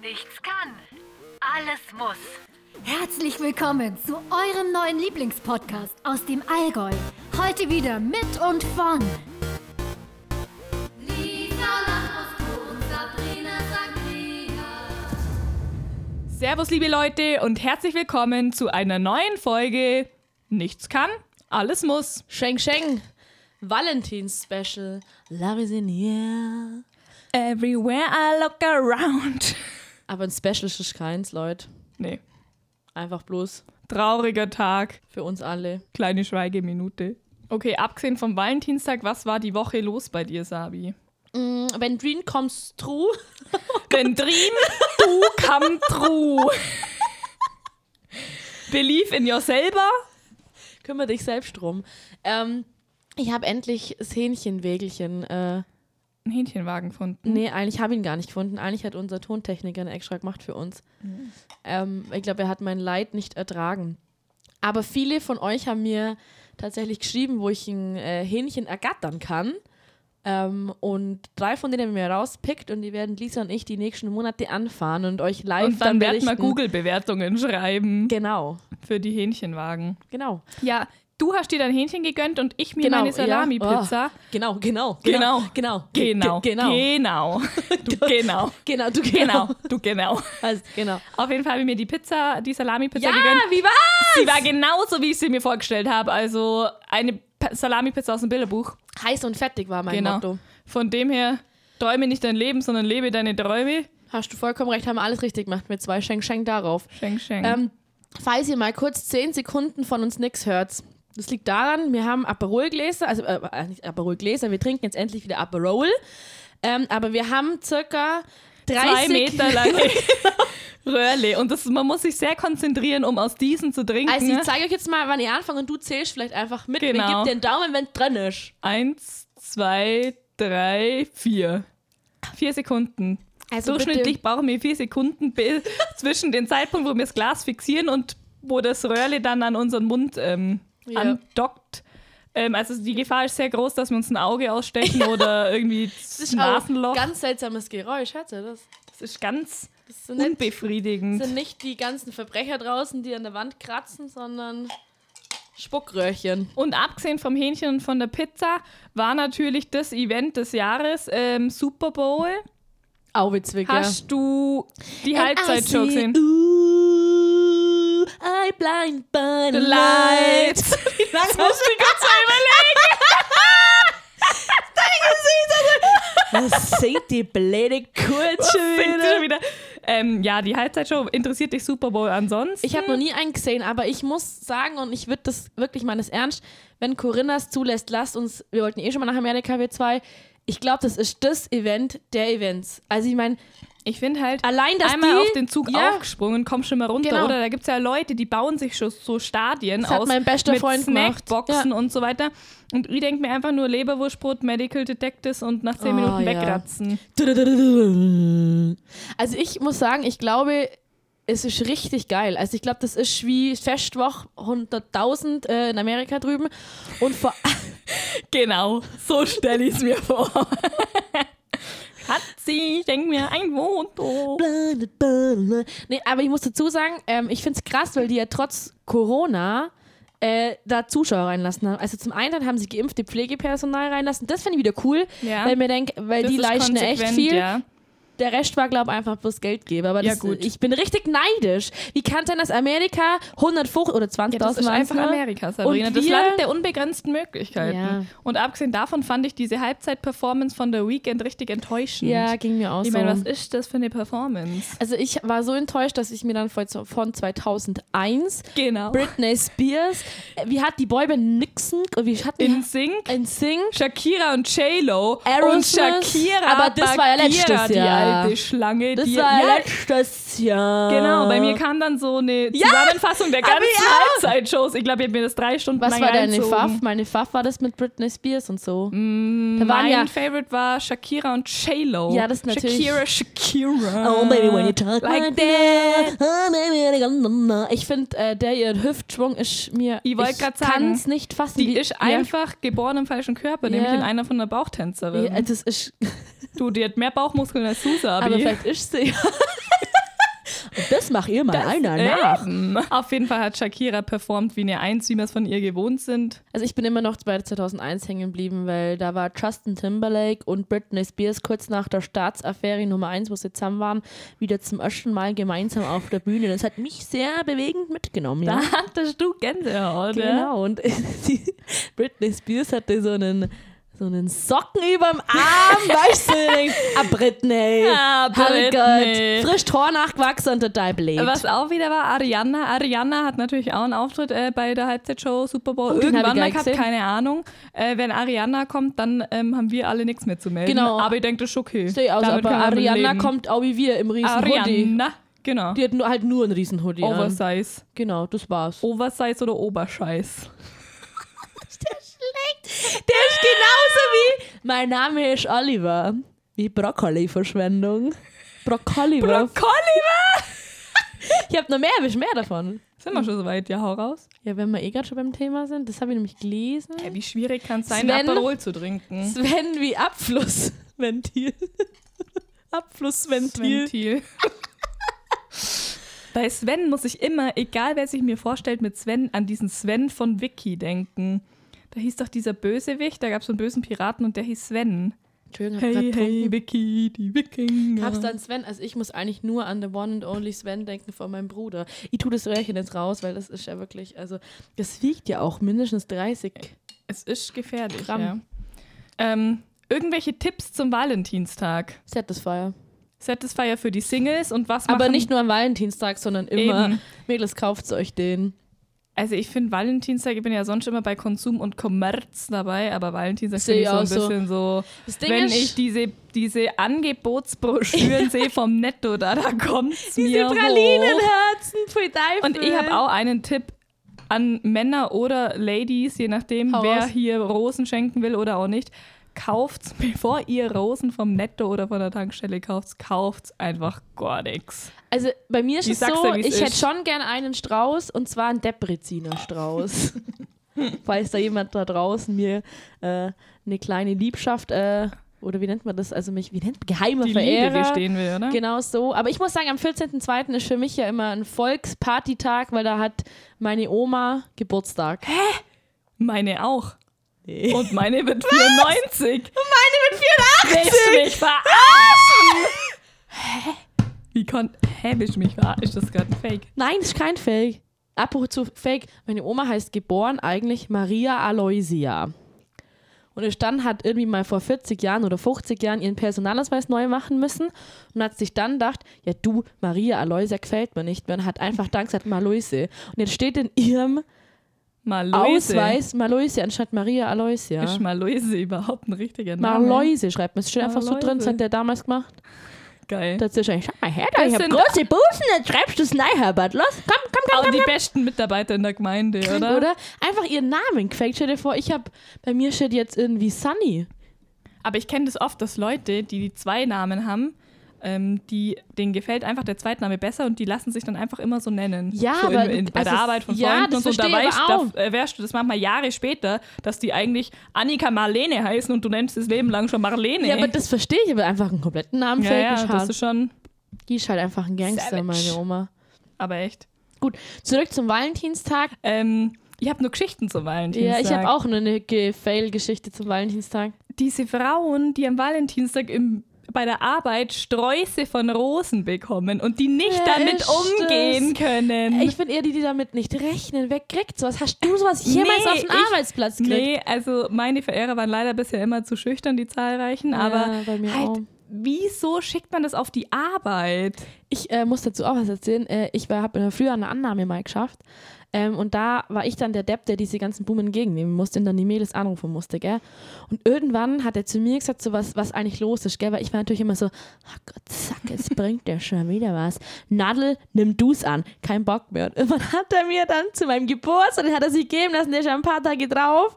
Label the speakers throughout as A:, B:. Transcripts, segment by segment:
A: nichts kann, alles muss.
B: Herzlich willkommen zu eurem neuen Lieblingspodcast aus dem Allgäu. Heute wieder mit und von.
C: Servus, liebe Leute, und herzlich willkommen zu einer neuen Folge Nichts kann, alles muss.
D: Scheng Scheng. Valentins Special. Love is in here.
C: Everywhere I look around.
D: Aber ein Special ist keins, Leute.
C: Nee,
D: Einfach bloß
C: trauriger Tag,
D: für uns alle.
C: kleine Schweigeminute. Okay, abgesehen vom Valentinstag, was war die Woche los bei dir, Sabi?
D: Mm, Wenn Dream comes true.
C: Denn Dream, du come true. Believe in yourself.
D: Kümmere dich selbst drum. Ähm, ich habe endlich das Hähnchenwägelchen. Äh,
C: Ein Hähnchenwagen gefunden.
D: nee, eigentlich habe ich ihn gar nicht gefunden. Eigentlich hat unser Tontechniker einen extra gemacht für uns. Ähm, ich glaube, er hat mein Leid nicht ertragen. Aber viele von euch haben mir tatsächlich geschrieben, wo ich ein äh, Hähnchen ergattern kann. Ähm, und drei von denen haben wir rauspickt und die werden Lisa und ich die nächsten Monate anfahren und euch live
C: Und dann werden
D: berichten.
C: wir Google-Bewertungen schreiben
D: Genau,
C: für die Hähnchenwagen.
D: genau.
C: Ja, du hast dir dein Hähnchen gegönnt und ich mir
D: Genau,
C: meine
D: ja.
C: Salami-Pizza.
D: Oh, genau, genau,
C: Genau.
D: genau, ge-
C: Genau,
D: ge- genau,
C: genau. Du, genau.
D: genau, du genau,
C: Genau, du genau.
D: Also, genau.
C: Auf jeden Fall habe ich mir die Pizza, die Salami-Pizza
D: Ja,
C: gegönnt.
D: wie war's?
C: Die war genauso, wie ich sie mir vorgestellt habe. Also eine P- Salami-Pizza aus dem Bilderbuch.
D: Heiß und fettig war mein
C: genau.
D: Motto.
C: Von dem her, träume nicht dein Leben, sondern lebe deine Träume.
D: Hast du vollkommen recht, haben wir alles richtig gemacht mit zwei Schenk Schenk darauf.
C: Schenk, schenk.
D: Ähm, falls ihr mal kurz 10 Sekunden von uns nichts hört, das liegt daran, wir haben Aperol-Gläser, also äh, nicht Aperol-Gläser, wir trinken jetzt endlich wieder Aperol, ähm, aber wir haben circa 30
C: Zwei Meter lange Röhrle. Und das, man muss sich sehr konzentrieren, um aus diesen zu trinken.
D: Also
C: ne?
D: ich zeige euch jetzt mal, wann ihr anfangt und du zählst vielleicht einfach mit. Mir
C: Genau.
D: gib dir einen Daumen, wenn drin ist.
C: Eins, zwei, drei, vier. Vier Sekunden.
D: Also
C: Durchschnittlich brauchen wir vier Sekunden bi- zwischen dem Zeitpunkt, wo wir das Glas fixieren und wo das Röhrle dann an unseren Mund ähm,
D: Ja.
C: andockt. Ähm, also die Gefahr ist sehr groß, dass wir uns ein Auge ausstechen oder irgendwie
D: Das
C: das
D: ist auch
C: Nasenloch.
D: ein ganz seltsames Geräusch, hört ihr das?
C: das ist ganz
D: Das sind nicht,
C: unbefriedigend.
D: sind nicht die ganzen Verbrecher draußen, die an der Wand kratzen, sondern Spuckröhrchen.
C: Und abgesehen vom Hähnchen und von der Pizza war natürlich das Event des Jahres ähm, Super Bowl.
D: Auwitzwicker.
C: Hast du die Halbzeit schon gesehen?
D: Ooh, I blind by the light.
C: Lights. Das musst du kurz mal
D: Was singt die blöde Kutsche
C: überlegen. Singt schon wieder. Ähm, ja, die Halbzeitshow interessiert dich Super Bowl ansonsten.
D: Ich habe noch nie einen gesehen, aber ich muss sagen, und ich würde das wirklich meines Ernst, wenn Corinna es zulässt, lasst uns, wir wollten eh schon mal nach Amerika, wir zwei. Ich glaube, das ist das Event der Events. Also ich meine,
C: ich finde halt,
D: allein dass
C: einmal
D: die,
C: auf den Zug
D: ja,
C: aufgesprungen, komm schon mal runter,
D: Genau.
C: oder? Da gibt es ja Leute, die bauen sich schon so Stadien
D: Das hat
C: aus
D: mein bester
C: mit
D: Freund gemacht.
C: Snackboxen und so weiter. Und ich denke mir einfach nur Leberwurstbrot, Medical Detectives und nach zehn
D: Oh,
C: Minuten
D: ja.
C: wegratzen.
D: Also ich muss sagen, ich glaube, es ist richtig geil. Also ich glaube, das ist wie Festwoch 100.000 äh, in Amerika drüben. Und vor
C: Genau, so stelle ich es mir vor. Katzi, denk mir ein Foto.
D: Nee, aber ich muss dazu sagen, ähm, ich finde es krass, weil die ja trotz Corona äh, da Zuschauer reinlassen haben. Also zum einen haben sie geimpfte Pflegepersonal reinlassen. Das finde ich wieder cool,
C: Ja.
D: weil mir denk, weil
C: Das
D: die
C: ist
D: leisten ja echt
C: konsequent,
D: viel.
C: Ja.
D: Der Rest war, glaube ich, einfach bloß Geldgeber. Aber
C: Ja,
D: das,
C: gut.
D: ich bin richtig neidisch. Wie kann denn das Amerika 150 oder 20.000
C: Ja, das ist
D: waren's
C: einfach
D: nur?
C: Amerika, Sabrina.
D: Und
C: das
D: wir-
C: Land der unbegrenzten Möglichkeiten.
D: Ja.
C: Und abgesehen davon fand ich diese Halbzeit-Performance von The Weeknd richtig enttäuschend.
D: Ja, ging mir auch
C: ich
D: so.
C: meine, was ist das für eine Performance?
D: also ich war so enttäuscht, dass ich mir dann von von 2001
C: Genau.
D: Britney Spears, äh, wie hat die Boyband Nixon, wie hat die
C: In Sync,
D: in Sing
C: Shakira und J-Lo und
D: Aerosmith,
C: Shakira,
D: aber das war ja
C: Bagheera,
D: letztes
C: die
D: Jahr.
C: alte Schlange.
D: Das
C: die,
D: war
C: ja,
D: letztes Jahr.
C: Genau, bei mir kam dann so eine Zusammenfassung der ganzen Halbzeitshows. Ich glaube, ich habe mir das drei Stunden
D: Was
C: lang
D: war deine
C: reinzogen.
D: Pfaff? Meine Pfaff war das mit Britney Spears und so. da waren
C: Mein
D: ja.
C: Favorite war Shakira und J-Lo.
D: Ja, das ist natürlich- Oh,
C: Shakira, Shakira.
D: Ah, like that. oh, baby, when you talk- Ich finde, äh, der ihr Hüftschwung ist mir.
C: Ich wollt grad sagen,
D: kann's nicht fassen.
C: Die
D: wie-
C: ist einfach geboren im falschen Körper, nämlich
D: Ja.
C: in einer von der
D: Ja,
C: Bauchtänzerin.
D: ja, das ist.
C: Du, die hat mehr Bauchmuskeln als du,
D: Aber
C: Sabi.
D: vielleicht ist sie.
E: Das mach ihr mal einer
D: ne?
E: nach.
C: Ähm, Auf jeden Fall hat Shakira performt wie eine Eins, wie wir es von ihr gewohnt sind.
D: Also ich bin immer noch bei 2001 hängen geblieben, weil da war Justin Timberlake und Britney Spears kurz nach der Staatsaffäre Nummer 1, wo sie zusammen waren, wieder zum ersten Mal gemeinsam auf der Bühne. Das hat mich sehr bewegend mitgenommen. Ja?
C: hattest du Gänsehaut, ja?
D: Genau, und die Britney Spears hatte so einen, so einen Socken überm Arm, weißt du? Und ich denk, Ah, Britney.
C: Ah, Britney.
D: Frisch Tor nachgewachsen und total bläht.
C: Was auch wieder war, Ariana. Ariana hat natürlich auch einen Auftritt äh, bei der Halbzeitshow Super Bowl.
D: Oh, den hab
C: Irgendwann
D: ich
C: mal
D: gar
C: gehabt,
D: gesehen.
C: keine Ahnung. Äh, wenn Ariana kommt, dann ähm, haben wir alle nichts mehr zu melden.
D: Genau.
C: Aber ich denke, das ist okay.
D: Sehe eh aus,
C: Damit
D: aber
C: können wir damit
D: Ariana
C: leben.
D: kommt auch wie wir im riesen Hoodie.
C: Ariana, genau.
D: Die hat nur, halt nur einen riesen Hoodie an.
C: Oversize.
D: Genau, das war's.
C: Oversize oder Oberscheiß?
D: Der ist genauso wie. Mein Name ist Oliver. Wie Brokkoli-Verschwendung. Brokkoli.
C: Brokkoliver!
D: ich hab noch mehr, ich mehr davon.
C: Sind wir schon soweit? Ja, hau raus.
D: Ja, wenn wir eh gerade schon beim Thema sind, das habe ich nämlich gelesen.
C: Hä, wie schwierig kann es sein,
D: Sven?
C: Aperol zu trinken?
D: Sven wie Abflussventil. Abflussventil.
C: Ventil. Bei Sven muss ich immer, egal wer sich mir vorstellt mit Sven, an diesen Sven von Vicky denken. Da hieß doch dieser Bösewicht, da gab es so einen bösen Piraten und der hieß Sven.
D: Schön, hab
C: Hey,
D: grad
C: hey, Vicky, die Wikinger.
D: Hab's dann Sven, also ich muss eigentlich nur an the one and only Sven denken von meinem Bruder. Ich tu das Röhrchen jetzt raus, weil das ist ja wirklich, also das wiegt ja auch mindestens 30.
C: Es ist gefährlich,
D: Gramm.
C: ja. Ähm, irgendwelche Tipps zum Valentinstag.
D: Satisfier.
C: Satisfier für die Singles und was machen...
D: Aber nicht nur am Valentinstag, sondern immer.
C: Eben.
D: Mädels, kauft euch den.
C: Also ich finde Valentinstag, ich bin ja sonst immer bei Konsum und Kommerz dabei, aber Valentinstag
D: Sehe
C: finde ich so ein
D: ich auch so.
C: bisschen so...
D: Das
C: Wenn ich diese, diese Angebotsbroschüren sehe vom Netto, da, da kommt's
D: diese
C: mir hoch.
D: Pralinenherzen, pfui Teufel.
C: Und ich habe auch einen Tipp an Männer oder Ladies, je nachdem,
D: Hau
C: wer
D: raus.
C: hier Rosen schenken will oder auch nicht. Kauft's, bevor ihr Rosen vom Netto oder von der Tankstelle kauft, kauft's einfach gar nichts.
D: Also bei mir ist
C: Ich
D: es
C: sag's
D: so,
C: dir, wie's
D: ich hätte
C: ist.
D: schon gern einen Strauß und zwar einen Debreziner Strauß. Falls da jemand da draußen mir äh, eine kleine Liebschaft äh, oder wie nennt man das? Also mich, wie nennt geheime
C: Die Liebe,
D: Verehrer.
C: die stehen wir, oder?
D: Genau so. Aber ich muss sagen, am 14.02. ist für mich ja immer ein Volkspartytag, weil da hat meine Oma Geburtstag. Hä?
C: Meine auch. Und meine wird 94. Und Oh meine wird 84. Willst du mich verarschen? Hä? Wie kon... Hä, willst du mich verarschen? Ist das gerade ein Fake?
D: Nein, ist kein Fake. Apropos zu Fake. Meine Oma heißt geboren eigentlich Maria Aloysia. Und ist dann hat irgendwie mal vor 40 Jahren oder 50 Jahren ihren Personalausweis neu machen müssen und hat sich dann gedacht, ja du, Maria Aloysia gefällt mir nicht mehr und hat einfach dann gesagt Maloise. Und jetzt steht in ihrem
C: Mal
D: Ausweis Maloise anstatt Maria Aloysia.
C: Ist Maloise überhaupt ein richtiger Name?
D: Maloise schreibt man. Es steht einfach so drin, das
C: Maloise.
D: hat der damals gemacht.
C: Geil.
D: Das ist eigentlich, schau mal her, da,
C: Das
D: ich hab
C: sind-
D: große Busen, jetzt schreibst du es rein, Herbert. Los, komm, komm, komm,
C: Auch die besten Mitarbeiter in der Gemeinde,
D: oder?
C: oder?
D: Einfach ihren Namen gefaked. Stell dir vor, ich habe bei mir steht jetzt irgendwie Sunny.
C: Aber ich kenne das oft, dass Leute, die, die zwei Namen haben, ähm, die, denen gefällt einfach der Zweitname besser und die lassen sich dann einfach immer so nennen.
D: Ja,
C: so
D: aber-
C: in, in, bei der
D: also,
C: Arbeit von
D: ja,
C: Freunden
D: das
C: und so. Da,
D: verstehe ich
C: weißt,
D: aber
C: da äh, wärst du das manchmal Jahre später, dass die eigentlich Annika Marlene heißen und du nennst das Leben lang schon Marlene.
D: Ja, aber das verstehe ich, aber einfach einen kompletten Namen
C: ja,
D: faken
C: ja,
D: ist
C: das
D: hart.
C: ist schon.
D: Die ist halt einfach ein Gangster,
C: Savage.
D: meine Oma.
C: Aber echt.
D: Gut, zurück zum Valentinstag.
C: Ähm, ich habe nur Geschichten zum
D: Ja,
C: Valentinstag.
D: ich habe auch nur eine Ge- Fail-Geschichte zum Valentinstag.
C: Diese Frauen, die am Valentinstag im, bei der Arbeit Sträuße von Rosen bekommen und die nicht
D: Ja,
C: damit
D: ist
C: umgehen können.
D: Ich bin eher die, die damit nicht rechnen, wegkriegt sowas. Hast du sowas jemals
C: Nee,
D: auf dem
C: ich-
D: Arbeitsplatz gekriegt?
C: Nee, also meine Verehrer waren leider bisher immer zu schüchtern, die zahlreichen,
D: Ja,
C: aber
D: bei mir
C: halt,
D: auch.
C: wieso schickt man das auf die Arbeit?
D: Ich äh, muss dazu auch was erzählen. Äh, ich habe in der Früh eine Annahme mal geschafft. Ähm, und da war ich dann der Depp, der diese ganzen Buben entgegennehmen musste und dann die Mädels anrufen musste, gell? Und irgendwann hat er zu mir gesagt, so was, was eigentlich los ist, gell? Weil ich war natürlich immer so, ach Gott, zack, es bringt der schon wieder was. Nadel, nimm du's an. Kein Bock mehr. Und irgendwann hat er mir dann zu meinem Geburtstag, den hat er sich geben lassen, der ist ja ein paar Tage drauf,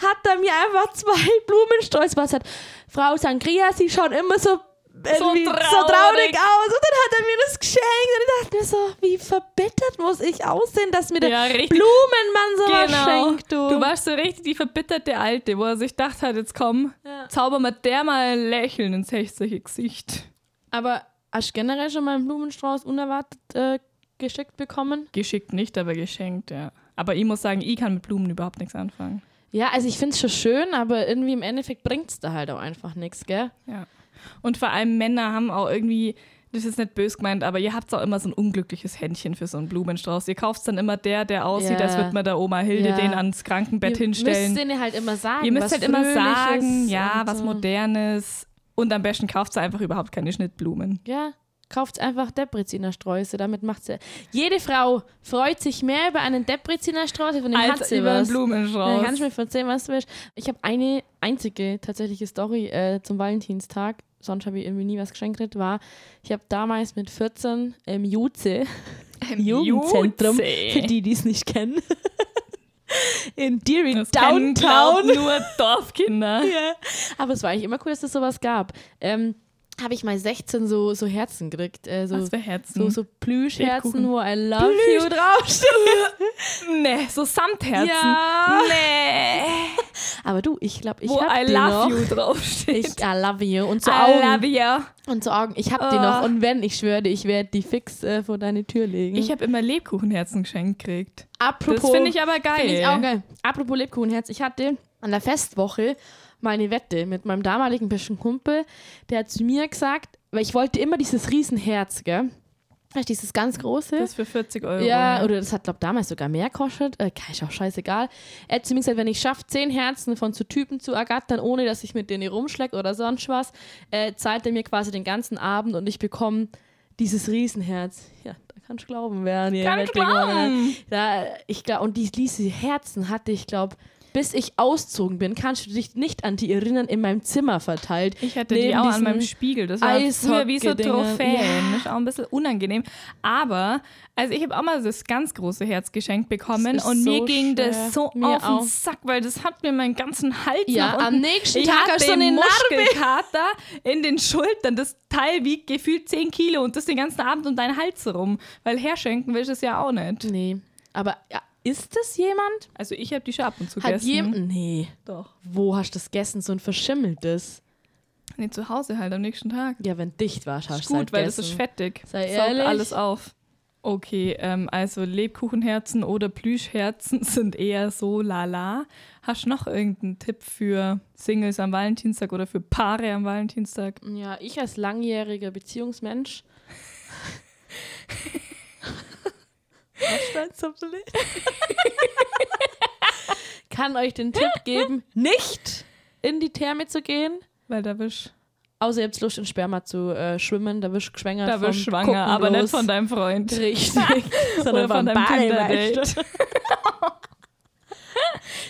D: hat er mir einfach zwei Blumensträuße, was hat Frau Sangria, sie schaut immer so irgendwie so traurig.
C: traurig.
D: aus. Und dann hat er mir das geschenkt und ich dachte mir so, wie verbittert muss ich aussehen, dass mir der
C: Ja, richtig. Genau.
D: Blumenmann sowas schenkt, du.
C: Du warst so richtig die verbitterte Alte, wo er sich gedacht hat, jetzt komm, zauber mal der mal ein Lächeln ins 60 Gesicht.
D: Aber Hast du generell schon mal einen Blumenstrauß unerwartet äh, geschickt bekommen?
C: Geschickt nicht, aber geschenkt, ja. Aber ich muss sagen, ich kann mit Blumen überhaupt nichts anfangen.
D: Ja, also ich finde es schon schön, aber irgendwie im Endeffekt bringt es da halt auch einfach nichts, gell?
C: Ja. Und vor allem Männer haben auch irgendwie, das ist nicht bös gemeint, aber ihr habt auch immer so ein unglückliches Händchen für so einen Blumenstrauß. Ihr kauft dann immer der, der aussieht,
D: Ja.
C: als würde man der Oma Hilde
D: Ja.
C: den ans Krankenbett
D: Ihr
C: hinstellen.
D: müsst denen halt immer sagen,
C: Ihr müsst
D: was
C: halt immer
D: Fröhliches
C: sagen, ja,
D: und
C: was
D: so.
C: Modernes. Und am besten kauft ihr einfach überhaupt keine Schnittblumen.
D: Ja, kauft einfach Debreziner Sträuße, damit macht's ja. Jede Frau freut sich mehr über einen Debreziner Strauß, von dem hat
C: Als
D: sie
C: über einen
D: was.
C: Blumenstrauß.
D: Da kannst du mir erzählen, was du willst. Ich habe eine einzige tatsächliche Story äh, zum Valentinstag, sonst habe ich irgendwie nie was geschenkt, gekriegt, war, ich habe damals mit 14 im Juze, im Jugendzentrum,
C: Jutze.
D: für die, die es nicht kennen, in Deering
C: Das kennen, glaub,
D: Downtown.
C: nur Dorfkinder.
D: Ja. Aber es war eigentlich immer cool, dass es sowas gab. Ähm, habe ich mal 16 so, so Herzen gekriegt. Äh, so,
C: Was für Herzen.
D: so, so Plüschherzen,
C: Lebkuchen.
D: wo I love you draufsteht.
C: nee, so Samtherzen.
D: Ja.
C: Nee.
D: Aber du, ich glaube, ich
C: Wo
D: hab
C: I
D: die
C: love
D: noch.
C: you draufsteht.
D: Ich, I love you. Und zu
C: I
D: Augen.
C: love you.
D: Und zu Augen. Ich hab die
C: Oh.
D: noch. Und wenn, ich schwöre, ich werde die fix äh, vor deine Tür legen.
C: Ich habe immer Lebkuchenherzen geschenkt gekriegt.
D: Apropos,
C: das finde ich aber geil.
D: Finde ich auch geil. Apropos Lebkuchenherz, ich hatte an der Festwoche meine Wette mit meinem damaligen besten Kumpel, der hat zu mir gesagt, weil ich wollte immer dieses Riesenherz, gell? Weißt du, Dieses ganz große.
C: Das für 40 Euro.
D: ja, oder das hat, glaube damals sogar mehr gekostet. Äh, ist auch scheißegal. Er hat zu mir gesagt, wenn ich schaffe, 10 Herzen von zu Typen zu ergattern, ohne dass ich mit denen rumschläge oder sonst was, äh, zahlt er mir quasi den ganzen Abend und ich bekomme dieses Riesenherz. Ja, da kannst du glauben, wer an die
C: Kann
D: Wette
C: ich
D: gewonnen hat.
C: glauben.
D: Da, ich glaube, und die, diese Herzen hatte ich, glaube bis ich auszogen bin, kannst du dich nicht an die erinnern, in meinem Zimmer verteilt.
C: Ich hatte
D: Neben
C: die auch an
D: diesen-
C: meinem Spiegel. Das war früher wie so
D: Eishockey-Dinger.
C: Trophäen.
D: Ja.
C: Das ist auch ein bisschen unangenehm. Aber, also ich habe auch mal das ganz große Herz geschenkt bekommen
D: Das ist
C: und mir
D: so
C: ging
D: schwer.
C: das so
D: Mir
C: auf
D: auch.
C: den Sack, weil das hat mir meinen ganzen Hals
D: Ja,
C: nach unten.
D: am nächsten
C: ich
D: Tag
C: hatte
D: hast du eine Narbe.
C: Muskelkater in den Schultern. Das Teil wiegt gefühlt 10 Kilo und das den ganzen Abend um deinen Hals herum. Weil herschenken willst du es ja auch nicht.
D: Nee. Aber ja, ist das jemand?
C: Also ich habe die schon ab und zu
D: Hat
C: gegessen.
D: jemand. Nee.
C: Doch.
D: Wo hast du das gegessen? So ein verschimmeltes.
C: Nee, zu Hause halt am nächsten Tag.
D: Ja, wenn dicht warst, hast
C: ist
D: du
C: gut,
D: halt
C: weil das ist
D: gegessen.
C: fettig.
D: Sei
C: Saugt
D: ehrlich.
C: alles auf. Okay, ähm, also Lebkuchenherzen oder Plüschherzen sind eher so lala. Hast du noch irgendeinen Tipp für Singles am Valentinstag oder für Paare am Valentinstag?
D: Ja, ich als langjähriger Beziehungsmensch. Kann euch den Tipp geben, nicht in die Therme zu gehen.
C: Weil da bist
D: Außer ihr habt Lust, in Sperma zu äh, schwimmen. Da wirst du geschwängert.
C: da bist
D: vom
C: schwanger,
D: Gucken
C: aber
D: bloß.
C: nicht von deinem Freund.
D: Richtig.
C: Oder
D: sondern
C: von
D: vom
C: deinem
D: Bademeister.
C: Tinder-Date.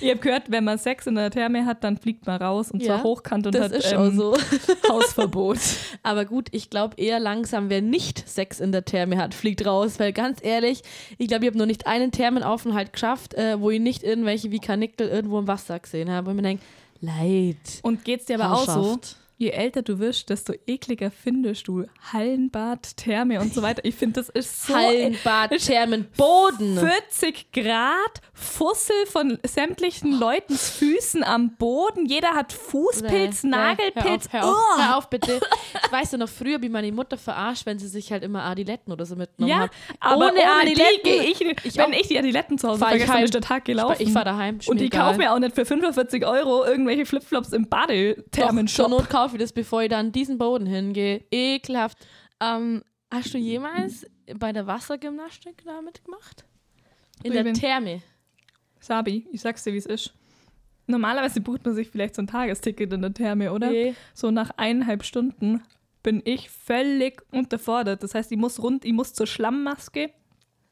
C: Ihr habt gehört, wenn man Sex in der Therme hat, dann fliegt man raus und
D: Ja,
C: zwar hochkant und
D: Das
C: hat
D: ist
C: ähm,
D: schon so.
C: Hausverbot.
D: Aber gut, ich glaube eher langsam, wer nicht Sex in der Therme hat, fliegt raus. Weil ganz ehrlich, ich glaube, ich habe noch nicht einen Thermenaufenthalt geschafft, äh, wo ich nicht irgendwelche wie Karnickel irgendwo im Wasser gesehen habe. Und mir denke, leid.
C: Und geht's dir aber auch so?
D: Herrschaft.
C: Je älter du wirst, desto ekliger findest du Hallenbad, Therme und so weiter. Ich finde, das ist so äh,
D: Hallenbad, Thermen, Boden.
C: 40 Grad, Fussel von
D: Oh.
C: sämtlichen Leutens Füßen am Boden. Jeder hat Fußpilz,
D: Nee, nee,
C: Nagelpilz.
D: Hör auf, hör auf, hör auf bitte. Ich weiß ja noch früher, wie meine Mutter verarscht, wenn sie sich halt immer Adiletten oder so mitgenommen
C: Ja,
D: hat.
C: aber ohne,
D: Adiletten-
C: die gehe ich, nicht.
D: Ich
C: Wenn
D: auch.
C: ich die Adiletten zu Hause
D: Fahr ich
C: vergesse, dann
D: heim.
C: ist der Tag gelaufen.
D: Ich fahr daheim, ist
C: Und
D: mir
C: ich
D: egal.
C: kaufe mir auch nicht für 45 Euro irgendwelche Flipflops im
D: Doch, zur
C: Badethermen-Shop.
D: Not kaufe ich das, bevor ich dann diesen Boden hingehe. Ekelhaft. Ähm, hast du jemals bei der Wassergymnastik da mitgemacht? In
C: Ich
D: der
C: bin-
D: Therme.
C: Sabi, ich sag's dir, wie es ist. Normalerweise bucht man sich vielleicht so ein Tagesticket in der Therme, oder?
D: Nee.
C: So nach eineinhalb Stunden bin ich völlig unterfordert. Das heißt, ich muss rund, ich muss zur Schlammmaske,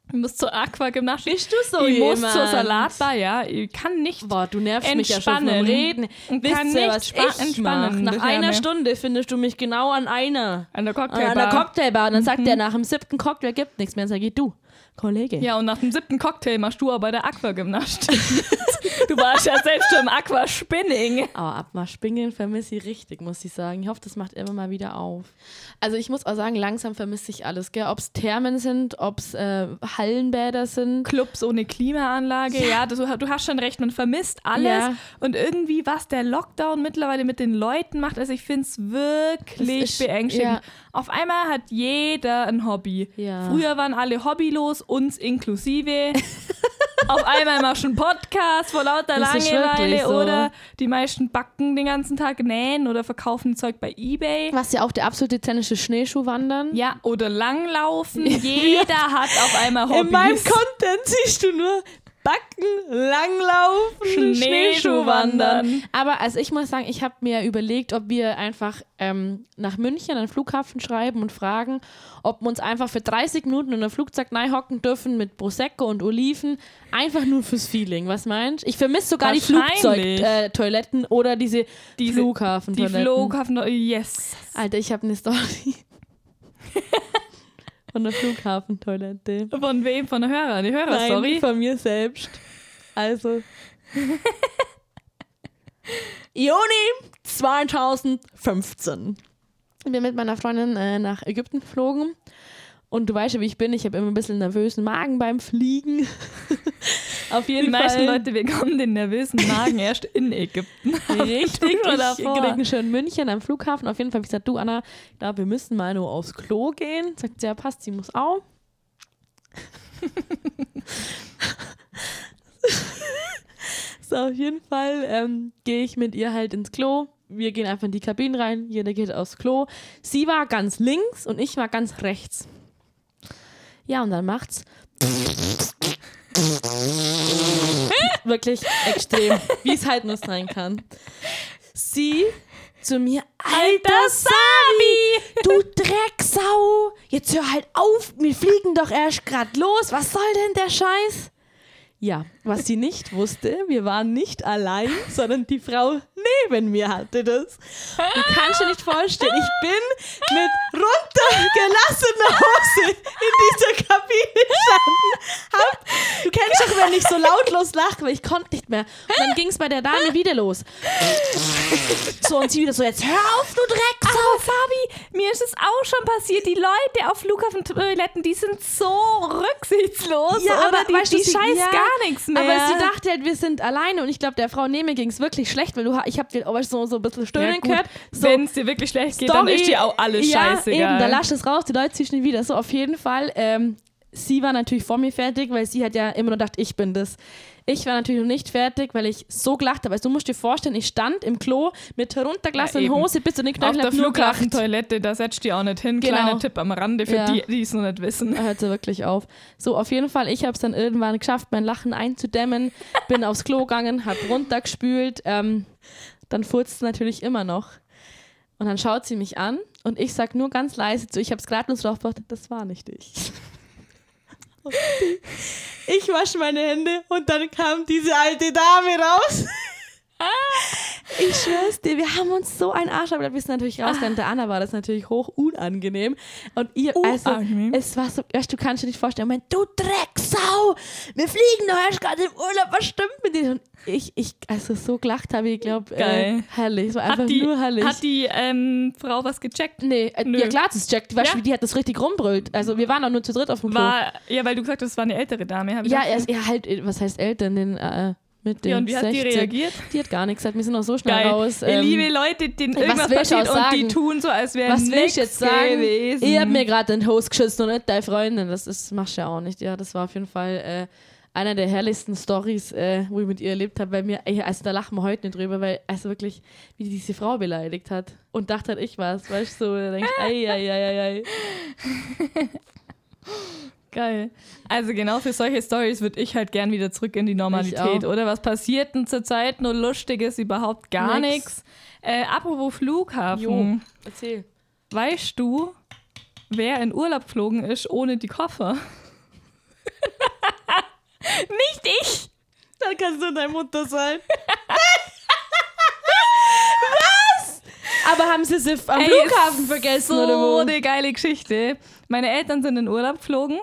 C: ich muss zur Aquagymnastik,
D: Bist du so
C: ich
D: jemand?
C: muss zur Salatbar, ja. Ich kann nicht.
D: Boah, du nervst mich ja schon vom
C: Entspannen.
D: Reden.
C: Und
D: Wisst
C: kann
D: ihr,
C: nicht
D: was
C: spa-
D: ich mach?
C: entspannen,
D: Nach
C: das
D: einer
C: Ärmel.
D: Stunde findest du mich genau an einer. An
C: An der
D: der
C: Cocktailbar. Mhm.
D: Cocktailbar. Und dann sagt er, nach dem siebten Cocktail gibt nichts mehr. Dann sag ich, du,
E: Kollege.
C: Ja, und nach dem siebten Cocktail machst du aber bei der Aqua gymnastik du warst ja selbst schon im Aquaspinning.
D: Aber Abmarschspingeln vermisse ich richtig, muss ich sagen. Ich hoffe, das macht immer mal wieder auf. Also ich muss auch sagen, langsam vermisse ich alles, gell? Ob es Thermen sind, ob es äh, Hallenbäder sind.
C: Clubs ohne Klimaanlage. Ja, das, du hast schon recht, man vermisst alles.
D: Ja.
C: Und irgendwie, was der Lockdown mittlerweile mit den Leuten macht, also ich finde es wirklich
D: Das ist-
C: beängstigend.
D: ja.
C: Auf einmal hat jeder ein Hobby.
D: Ja.
C: Früher waren alle hobbylos, uns inklusive. Auf einmal machst du einen Podcast vor lauter
D: Das ist
C: Langeweile
D: wirklich so.
C: oder die meisten backen den ganzen Tag, nähen oder verkaufen Zeug bei Ebay.
D: Was ja auch der absolute tennische Schneeschuhwandern.
C: Ja, oder langlaufen. Jeder hat auf einmal Hobbys.
E: In meinem Content siehst du nur Backen, Langlaufen,
C: Schneeschuhwandern.
E: Schneeschuhwandern.
D: Aber also ich muss sagen, ich habe mir überlegt, ob wir einfach ähm, nach München an den Flughafen schreiben und fragen, ob wir uns einfach für 30 Minuten in einem Flugzeug hocken dürfen mit Prosecco und Oliven. Einfach nur fürs Feeling. Was meinst du? Ich vermisse sogar die
C: Wahrscheinlich.
D: Flugzeugtoiletten äh, Toiletten oder diese,
C: Diese- Die
D: Flughafentoiletten.
C: Flughafen, yes.
D: Alter, ich habe eine Story. Von der Flughafentoilette.
C: Von wem? Von der Hörer? Die Hörer-Story?
D: von mir selbst. Also,
E: Juni 2015.
D: Ich bin mit meiner Freundin äh, nach Ägypten geflogen. Und du weißt ja, wie ich bin. Ich habe immer ein bisschen nervösen Magen beim Fliegen. Auf jeden
C: Die meisten
D: Fall.
C: Leute bekommen den nervösen Magen erst in Ägypten.
D: richtig
C: schon davor.
D: kriegen schon in München am Flughafen. Auf jeden Fall habe ich gesagt, du Anna, ich glaube, wir müssen mal nur aufs Klo gehen. Sagt sie, ja passt, sie muss auch. so, auf jeden Fall ähm, gehe ich mit ihr halt ins Klo. Wir gehen einfach in die Kabinen rein, jeder geht aufs Klo. Sie war ganz links und ich war ganz rechts. Ja, und dann macht's. Wirklich extrem, wie es halt nur sein kann. Sie zu mir,
E: Alter Sami, du Drecksau. Jetzt hör halt auf, wir fliegen doch erst grad los. Was soll denn der Scheiß?
D: ja,
E: Was sie nicht wusste, wir waren nicht allein, sondern die Frau neben mir hatte das. Du kannst dir nicht vorstellen, ich bin mit runtergelassener Hose in dieser Kabine gestanden. Hab, du kennst doch, wenn ich so lautlos lache, weil ich konnte nicht mehr.
D: und dann ging es bei der Dame wieder los.
E: So und sie wieder so, jetzt hör auf, du Drecksau.
C: Aber Fabi, mir ist es auch schon passiert. Die Leute auf Flughafentoiletten, die sind so rücksichtslos.
E: Ja,
C: oder
E: aber
C: die,
E: weißt du,
C: die
E: sie-
C: scheiß
E: ja,
C: gar nichts mehr.
D: Aber sie dachte halt, wir sind alleine und ich glaube, der Frau Nehme ging es wirklich schlecht, weil du, ha- ich habe dir auch so, so ein bisschen stöhnen gehört. So,
C: Wenn es dir wirklich schlecht geht, dann ist dir auch alles
D: ja,
C: scheißegal.
D: Eben, da lasch es raus, die Leute ziehen ihn wieder. So, auf jeden Fall, ähm, sie war natürlich vor mir fertig, weil sie hat ja immer nur gedacht, ich bin das. Ich war natürlich noch nicht fertig, weil ich so gelacht habe. Also, du musst dir vorstellen, ich stand im Klo mit heruntergelassener
C: Ja, eben.
D: Hose bis zu den
C: auf
D: Knöcheln
C: der
D: hab halt nur gelacht.
C: Flughafentoilette, da setzt die auch nicht hin.
D: Genau.
C: Kleiner Tipp am Rande für
D: Ja.
C: die, die es noch nicht wissen.
D: hört sie wirklich auf. So, auf jeden Fall, ich habe es dann irgendwann geschafft, mein Lachen einzudämmen, bin aufs Klo gegangen, hab runtergespült, ähm, dann furzt sie natürlich immer noch. Und dann schaut sie mich an und ich sag nur ganz leise zu, ich habe es gerade nur so drauf gebracht, das war nicht ich.
E: Ich wasche meine Hände und dann kam diese alte Dame raus.
D: Ich schwör's dir, wir haben uns so einen Arsch abgelacht. Wir sind natürlich
E: Ah.
D: rausgegangen. Der Anna war das natürlich hoch unangenehm. Und ihr, also,
C: Unangenehm.
D: es war so, weißt, du kannst dir nicht vorstellen, mein,
E: Du Drecksau! Wir fliegen doch erst gerade im Urlaub, was stimmt mit dir?
D: und ich, ich, also so gelacht habe, ich glaube, äh,
C: Geil.
D: herrlich. Es war einfach
C: Hat die,
D: nur herrlich.
C: hat die ähm, Frau was gecheckt?
D: Nee, äh,
C: Nö.
D: ja klar, das ist Jack. Die,
C: Ja.
D: ja. die hat das richtig rumbrüllt. Also wir waren auch nur zu dritt auf dem Klo.
C: War, ja, weil du gesagt hast, es war eine ältere Dame. hab ich
D: ja,
C: gedacht.
D: er ist er halt, äh, was heißt Eltern, den, äh, mit den
C: ja, und wie hat die
D: 60.
C: reagiert?
D: Die hat gar nichts gesagt, wir sind noch so schnell
C: Geil.
D: raus.
C: Ihr
D: ähm,
C: liebe Leute, denen irgendwas
D: was will ich
C: passiert
D: auch
C: und die
D: sagen?
C: tun so, als wäre
D: was will
C: nichts
D: ich jetzt sagen?
C: gewesen.
D: Ihr habt mir gerade den Host geschützt und nicht deine Freundin. Das ist, machst du ja auch nicht. Ja, das war auf jeden Fall äh, einer der herrlichsten Stories, äh, wo ich mit ihr erlebt habe. Bei mir, ey, also da lachen wir heute nicht drüber, weil also wirklich, wie die diese Frau beleidigt hat und dachte halt, ich war's. Weißt du, so, da denkst du, ei, ei, ei, ei, ei.
C: Geil. Also genau für solche Stories würde ich halt gern wieder zurück in die Normalität,
D: Ich auch.
C: oder? Was passiert denn zurzeit nur Lustiges? Überhaupt gar nichts.
D: Nix.
C: Äh, apropos Flughafen.
D: Jo. Erzähl.
C: Weißt du, wer in Urlaub geflogen ist ohne die Koffer? Nicht ich!
E: Dann kannst du deine Mutter sein.
D: Aber haben sie sie am
C: Ey,
D: Flughafen vergessen
C: so
D: oder wo?
C: eine geile Geschichte. Meine Eltern sind in Urlaub geflogen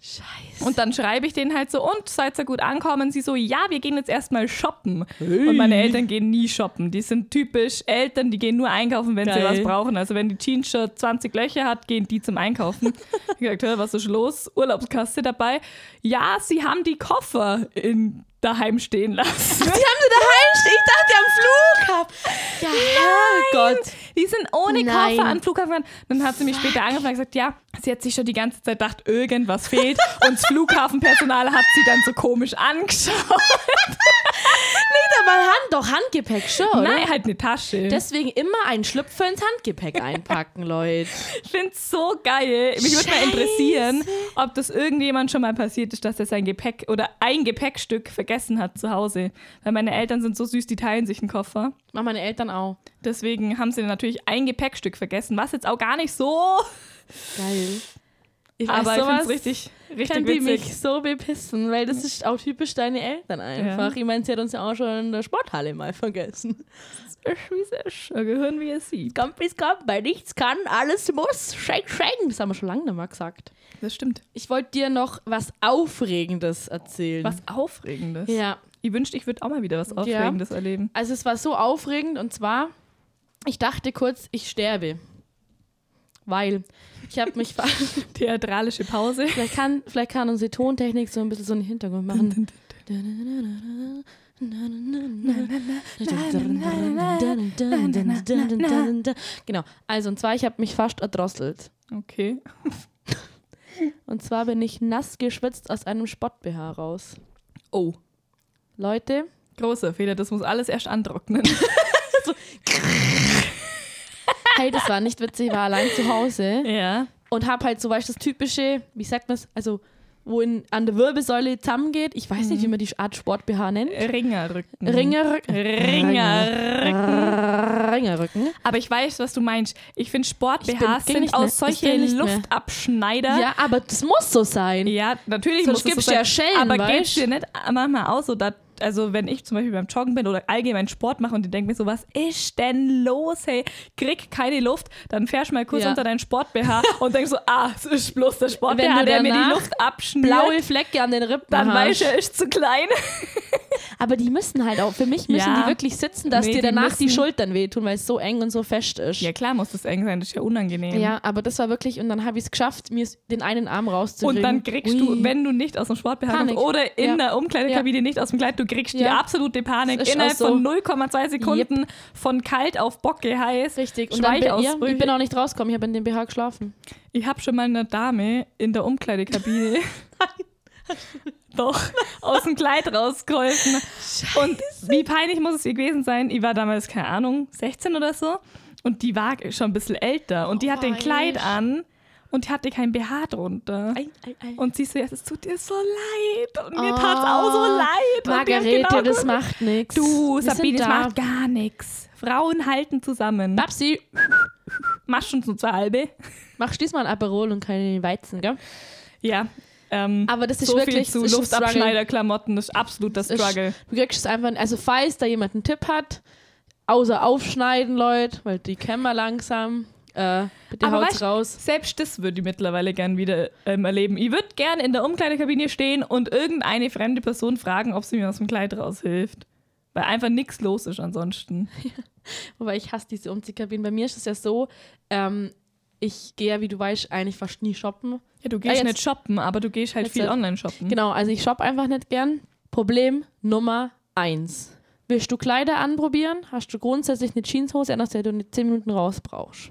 D: Scheiße.
C: Und dann schreibe ich denen halt so, und seid ihr gut ankommen? Sie so, ja, wir gehen jetzt erstmal shoppen. Und meine Eltern gehen nie shoppen. Die sind typisch Eltern, die gehen nur einkaufen, wenn sie
E: Geil.
C: was brauchen. Also wenn die Jeans schon 20 Löcher hat, gehen die zum Einkaufen. ich hab gesagt, "Hä, was ist los? Urlaubskasse dabei. Ja, sie haben die Koffer in daheim stehen lassen.
E: Die haben sie daheim stehen. Ich dachte, die haben Flug gehabt. Ja, Gott.
C: Die sind ohne
B: Nein.
C: Koffer am Flughafen. gefahren. Dann hat sie mich später angefangen und gesagt, ja, sie hat sich schon die ganze Zeit gedacht, irgendwas fehlt. Und das Flughafenpersonal hat sie dann so komisch angeschaut.
E: Wieder mal Hand.
D: Doch Handgepäck schon, oder?
C: Nein, halt eine Tasche.
D: Deswegen immer einen Schlüpfer ins Handgepäck einpacken, Leute.
C: Ich finde es so geil. Mich würde mal interessieren, ob das irgendjemand schon mal passiert ist, dass er sein Gepäck oder ein Gepäckstück vergessen hat zu Hause. Weil meine Eltern sind so süß, die teilen sich einen Koffer.
D: Machen meine Eltern auch.
C: Deswegen haben sie natürlich ein Gepäckstück vergessen, was jetzt auch gar nicht so.
D: Geil. Ich
C: aber ich finde
D: sowas
C: es richtig,
D: kann
C: richtig
D: die
C: witzig.
D: mich so bepissen, weil das ist auch typisch deine Eltern einfach. Ich meine, sie hat uns ja auch schon in der Sporthalle mal vergessen.
C: Isch, wie es ist. Ein Gehirn, wie es sieht.
D: Kommt bis kommt, bei nichts kann, alles muss. Shake, shake. Das haben wir schon lange nicht mehr gesagt.
C: Das stimmt.
D: Ich wollte dir noch was Aufregendes erzählen.
C: Was Aufregendes.
D: Ja.
C: Ich wünschte, ich würde auch mal wieder was Aufregendes erleben.
D: Also es war so aufregend und zwar, ich dachte kurz, ich sterbe. Weil ich habe mich ver
C: Theatralische Pause.
D: vielleicht kann vielleicht kann unsere Tontechnik so ein bisschen so einen Hintergrund machen. Genau. Also und zwar ich habe mich fast erdrosselt.
C: Okay.
D: Und zwar bin ich nass geschwitzt aus einem Sport BH raus.
C: Oh.
D: Leute,
C: Großer Fehler, das muss alles erst antrocknen.
D: hey, das war nicht witzig, ich war allein zu Hause.
C: ja.
D: und hab halt so, weißt du, das typische, wie sagt man es, also wo in, an der Wirbelsäule zusammengeht. Ich weiß nicht, wie man die Art Sport-BH nennt.
C: Ringerrücken.
D: Ringerrücken.
C: Ringerrücken.
D: Ringerrücken.
C: Aber ich weiß, was du meinst. Ich finde,
D: Ich bin-
C: Sport-BHs
D: ging
C: sind
D: nicht mehr.
C: aus
D: Ich
C: solche
D: will nicht mehr.
C: Luftabschneider.
D: Ja, aber das muss so sein.
C: Ja, natürlich
D: Sonst
C: muss es
D: gibt's
C: so sein.
D: ja Schellen,
C: Aber
D: weißt?
C: gibt's dir nicht manchmal auch so, dass, also wenn ich zum Beispiel beim Joggen bin oder allgemein Sport mache und die denken mir so, was ist denn los, hey, krieg keine Luft, dann fährst du mal kurz
D: Ja.
C: unter deinen Sport-BH und denkst so, ah, es ist bloß der
D: Wenn
C: Sport-BH,
D: du
C: der mir die
D: danach
C: Luft abschnürt.
D: Blaue Flecke an den Rippen.
C: dann
D: hast.
C: weißt du, er ist zu klein.
D: Aber die müssen halt auch, für mich müssen
C: Ja.
D: die wirklich sitzen, dass
C: Nee,
D: dir
C: die
D: danach die,
C: müssen-
D: Schultern wehtun, weil es so eng und so fest ist.
C: Ja genau. klar muss das eng sein, das ist ja unangenehm.
D: Ja, aber das war wirklich, und dann habe ich es geschafft, mir den einen Arm rauszukriegen.
C: Und dann kriegst
D: Ui.
C: du, wenn du nicht aus dem Sport-BH kommst
D: Panik.
C: oder in
D: Ja.
C: der Umkleidekabine nicht aus dem Kleid, du kriegst die
D: Ja.
C: absolute Panik
D: Das ist
C: innerhalb
D: auch so.
C: von 0,2 Sekunden von kalt auf Bocke heiß.
D: Richtig, und dann bin, ja,
C: Schweichausbrüche.
D: ich bin auch nicht rausgekommen, ich habe in dem BH geschlafen.
C: Ich habe schon mal eine Dame in der Umkleidekabine. Doch, aus dem Kleid rausgeholfen. Und wie peinlich muss es ihr gewesen sein? Ich war damals, keine Ahnung, 16 oder so. Und die war schon ein bisschen älter.
D: Oh
C: Und die hat den Kleid an und die hatte kein BH drunter. Und sie so, ja, es tut dir so leid. Und mir tat's auch so leid. Und
D: Ah,
C: die hat
D: Margarete,
C: genau
D: das
C: gewusst,
D: macht nichts.
C: Du,
D: Wir sind
C: Sabine, das
D: da.
C: macht gar nichts. Frauen halten zusammen.
D: Babsi,
C: Machst schon so zwei halbe.
D: machst diesmal ein Aperol und keine Weizen, gell?
C: Ja. Ähm,
D: Aber das ist
C: so
D: wirklich
C: viel zu
D: das ist ein
C: Luftabschneiderklamotten, das ist absolut der
D: Struggle.
C: Struggle.
D: Du kriegst es einfach, also falls da jemand einen Tipp hat, außer aufschneiden, Leute, weil die kennen wir langsam. Äh, bitte
C: Aber
D: haut's
C: weißt-
D: raus.
C: Selbst das würde ich mittlerweile gern wieder ähm, erleben. Ich würde gern in der Umkleidekabine stehen und irgendeine fremde Person fragen, ob sie mir aus dem Kleid raushilft. Weil einfach nichts los ist ansonsten.
D: Wobei ich hasse diese Umziehkabinen. Bei mir ist es ja so, ähm, ich gehe ja, wie du weißt, eigentlich fast nie shoppen.
C: Ja, du
D: Ah,
C: gehst
D: jetzt-
C: nicht shoppen, aber du gehst halt
D: Jetzt
C: viel
D: halt.
C: online shoppen.
D: Genau, also ich shoppe einfach nicht gern. Problem Nummer eins. Willst du Kleider anprobieren, hast du grundsätzlich eine Jeanshose an, aus der du nicht 10 Minuten raus brauchst.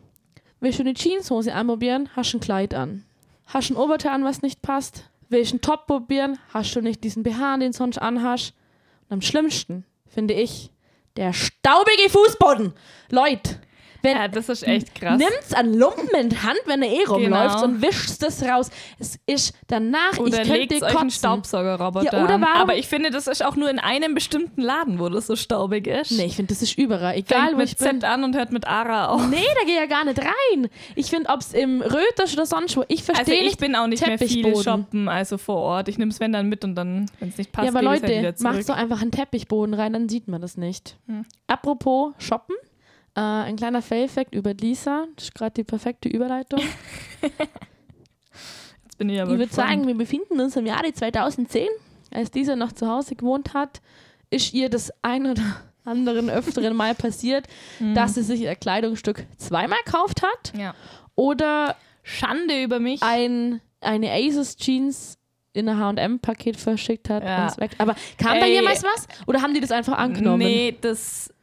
D: Willst du eine Jeanshose anprobieren, hast du ein Kleid an. Hast du ein Oberteil an, was nicht passt. Willst du einen Top probieren, hast du nicht diesen BH, den du sonst anhast. Und am schlimmsten, finde ich, der staubige Fußboden. Leute, wenn,
C: Ja, das ist echt krass.
D: Nimmt's an Lumpen in die Hand, wenn er eh rumläuft
C: Genau.
D: und wischt es raus. Es ist danach,
C: Oder
D: ich könnte
C: legt euch einen
D: kotzen.
C: Staubsaugerroboter
D: Ja, oder
C: an.
D: warum-
C: Aber ich finde, das ist auch nur in einem bestimmten Laden, wo das so staubig ist.
D: Nee, ich finde, das ist überall. Egal,
C: Fängt
D: wo
C: mit
D: ich bin.
C: Z an und hört mit Ara auf.
D: Nee, da gehe ich ja gar nicht rein. Ich finde, ob es im Rötisch oder sonst wo, ich verstehe
C: Also ich
D: nicht.
C: bin auch nicht mehr viel
D: Teppichboden.
C: shoppen, also vor Ort. Ich nehme es wenn dann mit und dann, wenn es nicht passt,
D: Ja, aber
C: gebe ich's halt
D: Leute,
C: wieder
D: macht so
C: zurück. Hm.
D: einfach einen Teppichboden rein, dann sieht man das nicht. Apropos Shoppen. Äh, ein kleiner Fail-Fact über Lisa. Das ist gerade die perfekte Überleitung.
C: Jetzt Jetzt bin ich aber
D: Ich würde
C: gespannt.
D: sagen, wir befinden uns im Jahre 2010. Als dieser noch zu Hause gewohnt hat, ist ihr das ein oder anderen öfteren Mal passiert,
C: Hm.
D: dass sie sich ihr Kleidungsstück zweimal gekauft hat
C: Ja.
D: oder
C: Schande über mich.
D: ein, eine Aces Jeans in ein H&M-Paket verschickt hat.
C: Ja.
D: und's weg- Aber kam bei
C: Ey.
D: jemals was? Oder haben die das einfach angenommen?
C: Nee, das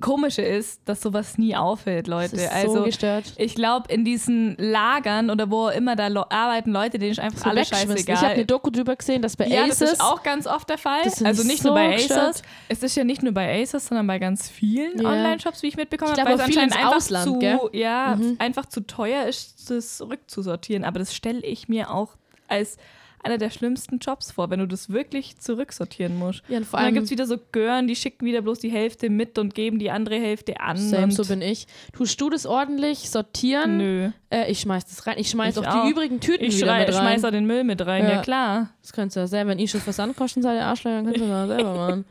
C: Komische ist, dass sowas nie auffällt,
D: das
C: Leute.
D: ist
C: also,
D: so gestört.
C: ich glaube, in diesen Lagern oder wo immer da lo- arbeiten Leute, denen ist einfach
D: So
C: alles
D: wegschmissen.
C: scheißegal.
D: Ich habe eine Doku drüber gesehen, dass bei
C: ja,
D: Aces...
C: das ist auch ganz oft der Fall.
D: Das ist
C: Also nicht
D: so
C: nur bei Aces.
D: gestört.
C: Es ist ja nicht nur bei Aces, sondern bei ganz vielen
D: Ja.
C: Online-Shops, wie ich mitbekommen
D: Ich
C: habe,
D: glaub,
C: weil es
D: auch viel
C: anscheinend
D: ins
C: einfach
D: Ausland,
C: zu,
D: gell? Mhm.
C: ja, einfach zu teuer ist, das rückzusortieren. Aber das stelle ich mir auch als einer der schlimmsten Jobs vor, wenn du das wirklich zurücksortieren musst.
D: ja, und vor
C: Und dann
D: allem
C: gibt es wieder so Gören, die schicken wieder bloß die Hälfte mit und geben die andere Hälfte an.
D: Same,
C: und
D: so bin ich. Tust du das ordentlich, sortieren?
C: Nö.
D: Äh, ich schmeiß das rein. Ich schmeiß
C: Ich
D: auch,
C: auch.
D: die übrigen Tüten
C: Ich
D: wieder
C: schrei,
D: mit rein.
C: schmeiß auch den Müll mit rein, ja,
D: Ja.
C: klar.
D: Das könntest du ja selber. Wenn ihr schon Versandkosten seid, ihr Arschlein, dann könnt ihr das ja selber machen.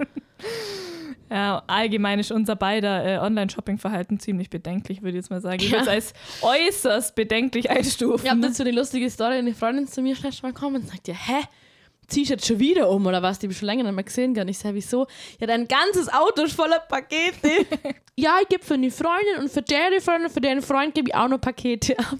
C: Ja, Äh, allgemein ist unser beider äh, Online-Shopping-Verhalten ziemlich bedenklich, würde ich jetzt mal sagen. Ich würde es als äußerst bedenklich einstufen.
D: Ich habe dazu eine lustige Story. Eine Freundin ist zu mir schnell mal kommen und sagt ja, hä? Ziehst du jetzt schon wieder um oder was? Die hab ich schon länger nicht mehr gesehen. Gar nicht. Ich sag, wieso? Ja, dein ganzes Auto ist voller Pakete. ja, ich gebe für eine Freundin und für deren Freundin und für deren Freund gebe ich auch noch Pakete ab.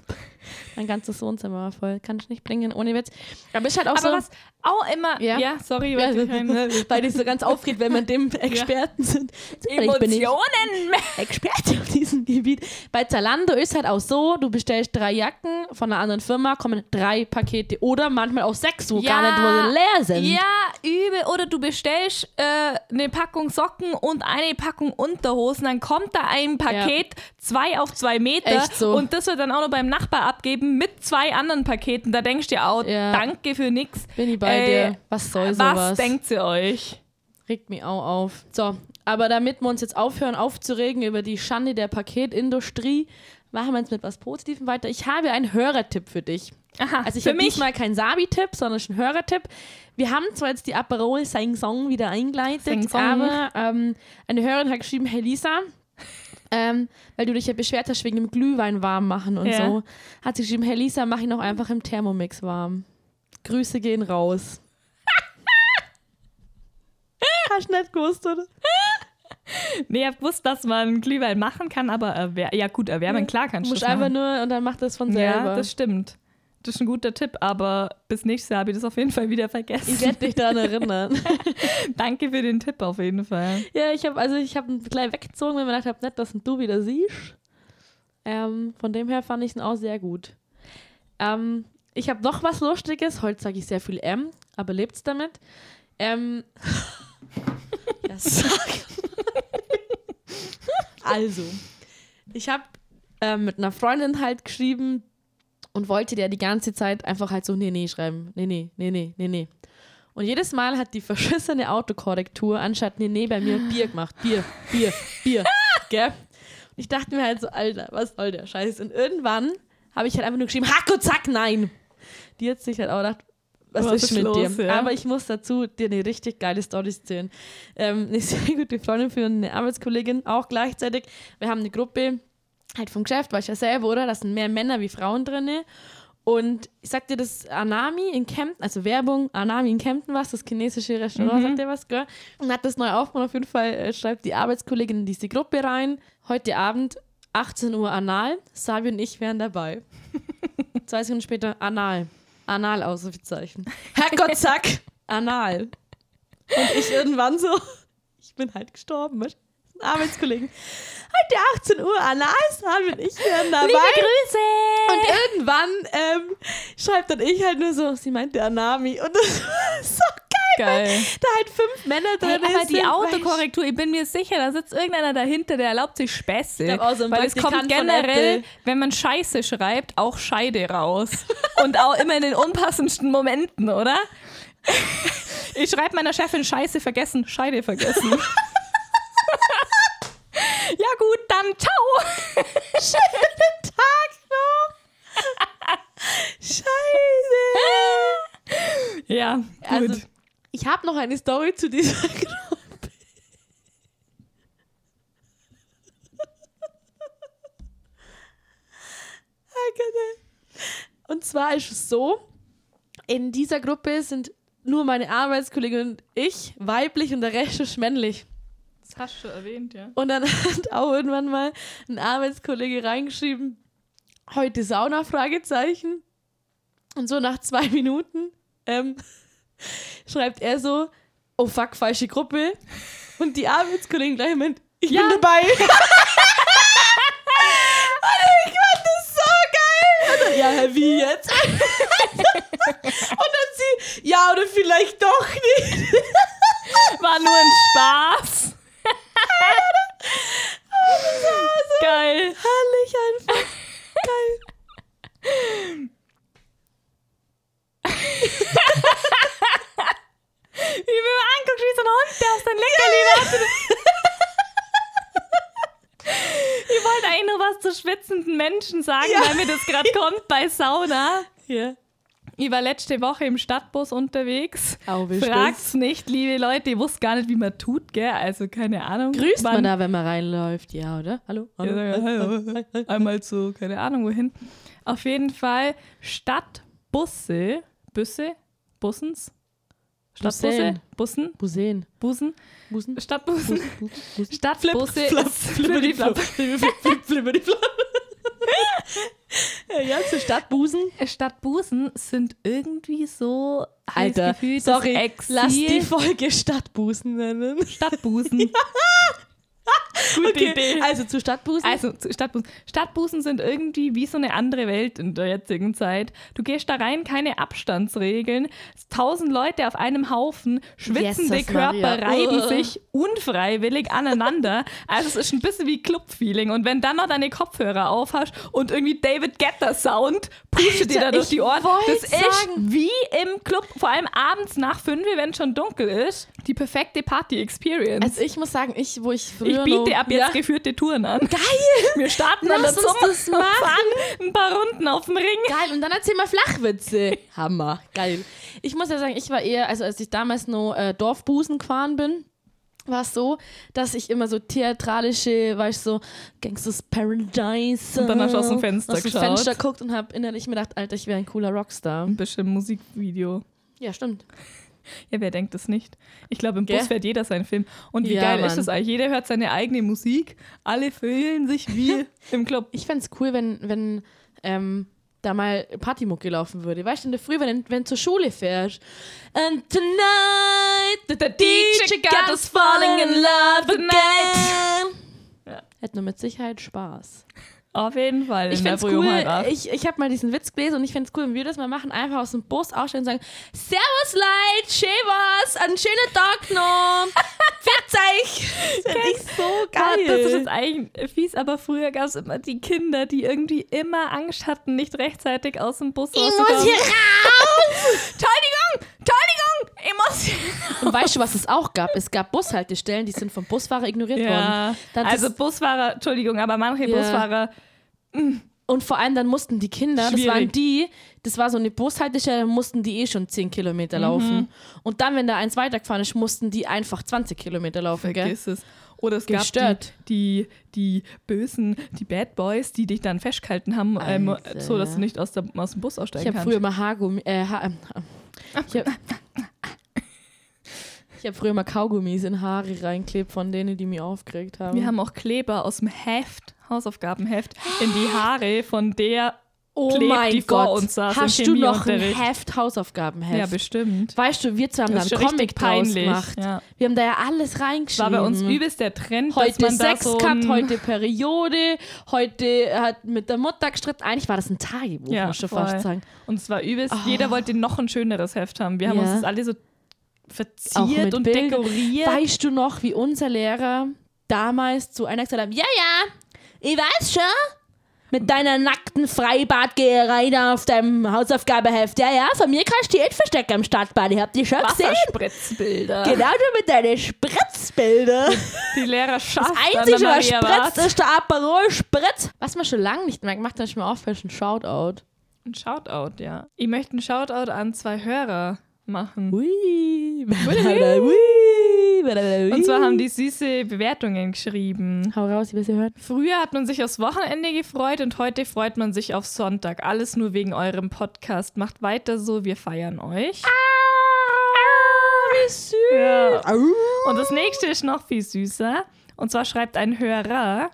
D: Mein ganzes Wohnzimmer war voll. Kann ich nicht bringen, ohne Witz. Aber ist halt auch
C: Aber
D: so.
C: was auch immer. Ja,
D: Ja.
C: sorry,
D: Ja,
C: was ich ne? meine.
D: weil die so ganz aufgeht, wenn man dem Experten sind. Zufällig bin ich
C: Emotionen!
D: Experte auf diesem Gebiet. Bei Zalando ist halt auch so, du bestellst drei Jacken von einer anderen Firma, kommen drei Pakete oder manchmal auch sechs, wo
C: Ja.
D: gar nicht wo sie leer sind.
C: Ja, übel. Oder du bestellst äh, eine Packung Socken und eine Packung Unterhosen, dann kommt da ein Paket zwei auf zwei Meter
D: Echt so.
C: und das wird dann auch noch beim Nachbar abgeben mit zwei anderen Paketen. Da denkst du dir auch,
D: Ja.
C: danke für nix.
D: Bin ich bei
C: Äh,
D: dir. Was soll sowas?
C: Was denkt ihr euch?
D: Regt mich auch auf. So, aber damit wir uns jetzt aufhören aufzuregen über die Schande der Paketindustrie, machen wir jetzt mit was Positivem weiter. Ich habe einen Hörertipp für dich.
C: Aha,
D: Also ich
C: für
D: habe
C: mich.
D: diesmal keinen Sabi-Tipp, sondern schon einen Hörertipp. Wir haben zwar jetzt die Aperol Sang Song wieder
C: Sang
D: eingeleitet,
C: Song.
D: aber ähm, eine Hörerin hat geschrieben, hey Lisa, ähm, weil du dich ja beschwert hast wegen dem Glühwein warm machen und
C: Ja.
D: so, hat sie geschrieben, hey Lisa, mach ihn auch einfach im Thermomix warm. Grüße gehen raus. hast du nicht gewusst, oder?
C: Nee, ich hab gewusst, dass man Glühwein machen kann, aber erwer ja gut, erwärmen, klar
D: Du
C: kannst du
D: musst
C: das
D: einfach
C: machen.
D: nur und dann macht das von selber.
C: Ja, das stimmt. Das ist ein guter Tipp, aber bis nächstes Jahr habe ich das auf jeden Fall wieder vergessen.
D: ich werde dich daran erinnern.
C: Danke für den Tipp auf jeden Fall.
D: Ja, ich habe also ich habe ihn gleich weggezogen, weil mir gedacht habe, nett, dass ihn du wieder siehst. Ähm, von dem her fand ich ihn auch sehr gut. Ähm, ich habe noch was Lustiges. Heute sage ich sehr viel M, aber lebt's damit. Ähm, ja, sag. also, ich habe ähm, mit einer Freundin halt geschrieben und wollte der die ganze Zeit einfach halt so nee nee schreiben, nee nee nee nee nee nee. Und jedes Mal hat die verschissene Autokorrektur anstatt nee, nee bei mir Bier gemacht. Bier, Bier, Bier. Gell? Und ich dachte mir halt so, Alter, was soll der Scheiß? Und irgendwann habe ich halt einfach nur geschrieben, Hack und Zack, nein. Die hat sich halt auch gedacht, was,
C: Was
D: ist
C: ist
D: mit
C: los,
D: dir?
C: ja?
D: Aber ich muss dazu dir eine richtig geile Story erzählen. Ähm, eine sehr gute Freundin für eine Arbeitskollegin, auch gleichzeitig. Wir haben eine Gruppe halt vom Geschäft, weißt ja selber, oder? Da sind mehr Männer wie Frauen drinne. Und ich sag dir, das Anami in Kempten, also Werbung, Anami in Kempten was, das chinesische Restaurant, sagt dir was, gell? Und hat das neu aufgenommen. Auf jeden Fall äh, schreibt die Arbeitskollegin in diese Gruppe rein. Heute Abend, 18 Uhr anal. Sabi und ich wären dabei. Zwei Sekunden später, anal. Anal, Ausrufezeichen. Herrgott, zack, anal. Und ich irgendwann so, ich bin halt gestorben, weißt du? Das sind Arbeitskollegen. Heute 18 Uhr, anal, Sabi und ich wären dabei.
C: Grüße!
D: Und irgendwann ähm, schreibt dann ich halt nur so, sie meinte Anami. Und das war so geil. weil
C: Geil.
D: Da halt fünf Männer drin
C: Hey, aber
D: sind.
C: die Autokorrektur, ich bin mir sicher, da sitzt irgendeiner dahinter, der erlaubt sich Späße.
D: glaub auch so ein
C: weil es kommt
D: Praktikant von
C: generell,
D: Apple.
C: wenn man Scheiße schreibt, auch Scheide raus. Und auch immer in den unpassendsten Momenten, oder? Ich schreibe meiner Chefin Scheiße vergessen, Scheide vergessen. ja gut, dann ciao.
D: Schönen Tag noch. Scheiße.
C: Ja, gut.
D: Also, ich habe noch eine Story zu dieser Gruppe. Ah, Und zwar ist es so, in dieser Gruppe sind nur meine Arbeitskollegin und ich weiblich und der Rest ist männlich.
C: Das hast du erwähnt, ja.
D: Und dann hat auch irgendwann mal ein Arbeitskollege reingeschrieben, heute Sauna, Fragezeichen. Und so nach zwei Minuten ähm, schreibt er so, oh fuck, falsche Gruppe. Und die Arbeitskollegen gleich meint, ich bin dabei. Und ich fand das so geil. Und dann, ja, hä, wie jetzt? Und dann sie, ja, oder vielleicht doch nicht.
C: War nur ein Spaß. Geil.
D: Herrlich einfach.
C: Ich bin mir angeguckt wie so ein Hund, der aus deinem Leckerli wartet. Ich wollte eigentlich nur was zu schwitzenden Menschen sagen, weil mir das gerade kommt bei Sauna.
D: Hier.
C: Ich war letzte Woche im Stadtbus unterwegs.
D: Au, wie
C: Fragt's nicht, liebe Leute. Ich wusste gar nicht, wie man tut, gell? Also keine Ahnung.
D: Grüßt man
C: Wann-
D: da, wenn man reinläuft? Ja, oder? Hallo? Hallo?
C: Ja, sag ja, hi, hi, hi. Einmal zu, keine Ahnung wohin. Auf jeden Fall Stadtbusse, Büsse, Bussens, Stadtbusse,
D: Bussen.
C: Bussen,
D: Busen.
C: Busen,
D: Busen.
C: Stadtbussen,
D: Busen.
C: Stadtbusse,
D: Flip,
C: ist- Flippertiflop.
D: Ja, zur Stadtbusen.
C: Stadtbusen Äh, sind irgendwie so heiß
D: Alter,
C: gefühltes
D: sorry,
C: Exil.
D: lass die Folge Stadtbusen nennen.
C: Stadtbusen. Gute Idee.
D: Also zu Stadtbusen.
C: Also zu Stadtbusen. Stadtbusen sind irgendwie wie so eine andere Welt in der jetzigen Zeit. Du gehst da rein, keine Abstandsregeln, tausend Leute auf einem Haufen, schwitzende
D: Jesus
C: Körper
D: Maria.
C: reiben
D: Ugh.
C: sich unfreiwillig aneinander. Also es ist ein bisschen wie Club-Feeling. Und wenn dann noch deine Kopfhörer aufhast und irgendwie David Getter Sound pusht dir da
D: Alter,
C: durch die Ohren,
D: ich wollt
C: das ist
D: sagen.
C: wie im Club, vor allem abends nach fünf, wenn es schon dunkel ist, die perfekte Party-Experience.
D: Also ich muss sagen, ich, wo ich früher
C: Ich
D: noch,
C: biete ab jetzt geführte Touren an. Geil! Wir starten an der
D: Lass uns
C: Zunge
D: das
C: und fahren ein paar Runden auf dem Ring.
D: Geil, und dann erzähl mal Flachwitze. Hammer, geil. Ich muss ja sagen, ich war eher, also als ich damals noch äh, Dorfbusen gefahren bin, war es so, dass ich immer so theatralische, weißt du, so Gangsters Paradise. äh,
C: Und dann hast du aus dem Fenster
D: aus dem
C: geschaut.
D: Fenster guckt und habe innerlich mir gedacht, Alter, ich wäre ein cooler Rockstar.
C: Ein bisschen Musikvideo.
D: Ja, stimmt.
C: Ja, wer denkt das nicht? Ich glaube, im
D: Gell?
C: Bus fährt jeder seinen Film. Und wie
D: Ja,
C: geil ist
D: Mann.
C: das eigentlich? Jeder hört seine eigene Musik. Alle fühlen sich wie im Club.
D: Ich fände es cool, wenn, wenn ähm, da mal Partymuck gelaufen würde. Weißt du, in der Früh, wenn, wenn du zur Schule fährst. And tonight, the, the DJ got us falling in love again. Ja. Hätten wir mit Sicherheit Spaß.
C: Auf jeden Fall.
D: Ich
C: in der
D: find's
C: Früh um halb
D: cool,
C: acht.
D: ich, ich habe mal diesen Witz gelesen und ich find's cool, wenn wir das mal machen, einfach aus dem Bus aussteigen und sagen, Servus Leid, schön was, einen schönen Tag noch, fährt's euch. Das find ich so
C: Gott, das ist jetzt eigentlich fies, aber früher gab es immer die Kinder, die irgendwie immer Angst hatten, nicht rechtzeitig aus dem Bus rauszukommen. Entschuldigung, Entschuldigung, ich muss
D: Und weißt du, was es auch gab? Es gab Bushaltestellen, die sind vom Busfahrer ignoriert
C: Ja,
D: worden. Dann das-
C: also Busfahrer, Entschuldigung, aber manche
D: Ja.
C: Busfahrer,
D: und vor allem dann mussten die Kinder,
C: Schwierig.
D: das waren die, das war so eine Bushaltestelle, mussten die eh schon 10 Kilometer
C: Mhm.
D: laufen. Und dann, wenn da eins weitergefahren ist, mussten die einfach 20 Kilometer laufen, gell?
C: vergiss es. Oder es gab
D: Gestört.
C: die, die, die Bösen, die Bad Boys, die dich dann festgehalten haben, ähm,
D: Alter,
C: so dass
D: ja.
C: du nicht aus, der, aus dem Bus aussteigen
D: Ich habe
C: kannst.
D: früher mal Haargummi. Äh, ha äh, ich habe hab früher mal Kaugummis in Haare reinklebt von denen, die mich aufgeregt haben.
C: Wir haben auch Kleber aus dem Heft, Hausaufgabenheft, in die Haare von der
D: oh
C: Kleb,
D: mein
C: die
D: Gott,
C: vor uns saß im
D: hast du noch ein
C: Chemieunterricht.
D: Heft, Hausaufgabenheft?
C: Ja, bestimmt.
D: Weißt du, wir zwei haben da
C: Das ist
D: einen
C: schon
D: Comic
C: richtig
D: draus
C: peinlich.
D: gemacht.
C: Ja.
D: Wir haben da ja alles reingeschrieben.
C: War bei uns übelst der Trend, dass
D: Heute
C: man
D: Sex
C: da so
D: gehabt,
C: ein-
D: heute Periode, heute hat mit der Mutter gestritten. Eigentlich war das ein Tagebuch,
C: Ja,
D: muss ich schon
C: voll.
D: fast sagen. Ah.
C: Und es war übelst, jeder wollte noch ein schöneres Heft haben. Wir haben
D: Ja.
C: uns das alle so
D: Auch mit
C: verziert und
D: Bildern.
C: dekoriert.
D: Weißt du noch, wie unser Lehrer damals zu einer gesagt hat, ja, ja, ich weiß schon, mit deiner nackten Freibadgeherei da auf deinem Hausaufgabeheft. Ja, ja, von mir kannst du die Versteck am Stadtbad, ich hab die schon gesehen.
C: Wasserspritzbilder.
D: Genau, du mit deinen Spritzbilder.
C: Die Lehrer schaffen
D: Das Einzige, was spritzt, ist der Aperol Spritz. Was man schon lange nicht mehr gemacht hat, ist mir aufgefallen, ist ein Shoutout.
C: Ein Shoutout, ja. Ich möchte einen Shoutout an zwei Hörer machen.
E: Ui. Ui.
C: Und zwar haben die süße Bewertungen geschrieben.
D: Hau raus, ich will sie hören.
C: Früher hat man sich aufs Wochenende gefreut und heute freut man sich auf Sonntag. Alles nur wegen eurem Podcast. Macht weiter so, wir feiern euch.
D: Ah,
C: Ja. Und das nächste ist noch viel süßer. Und zwar schreibt ein Hörer,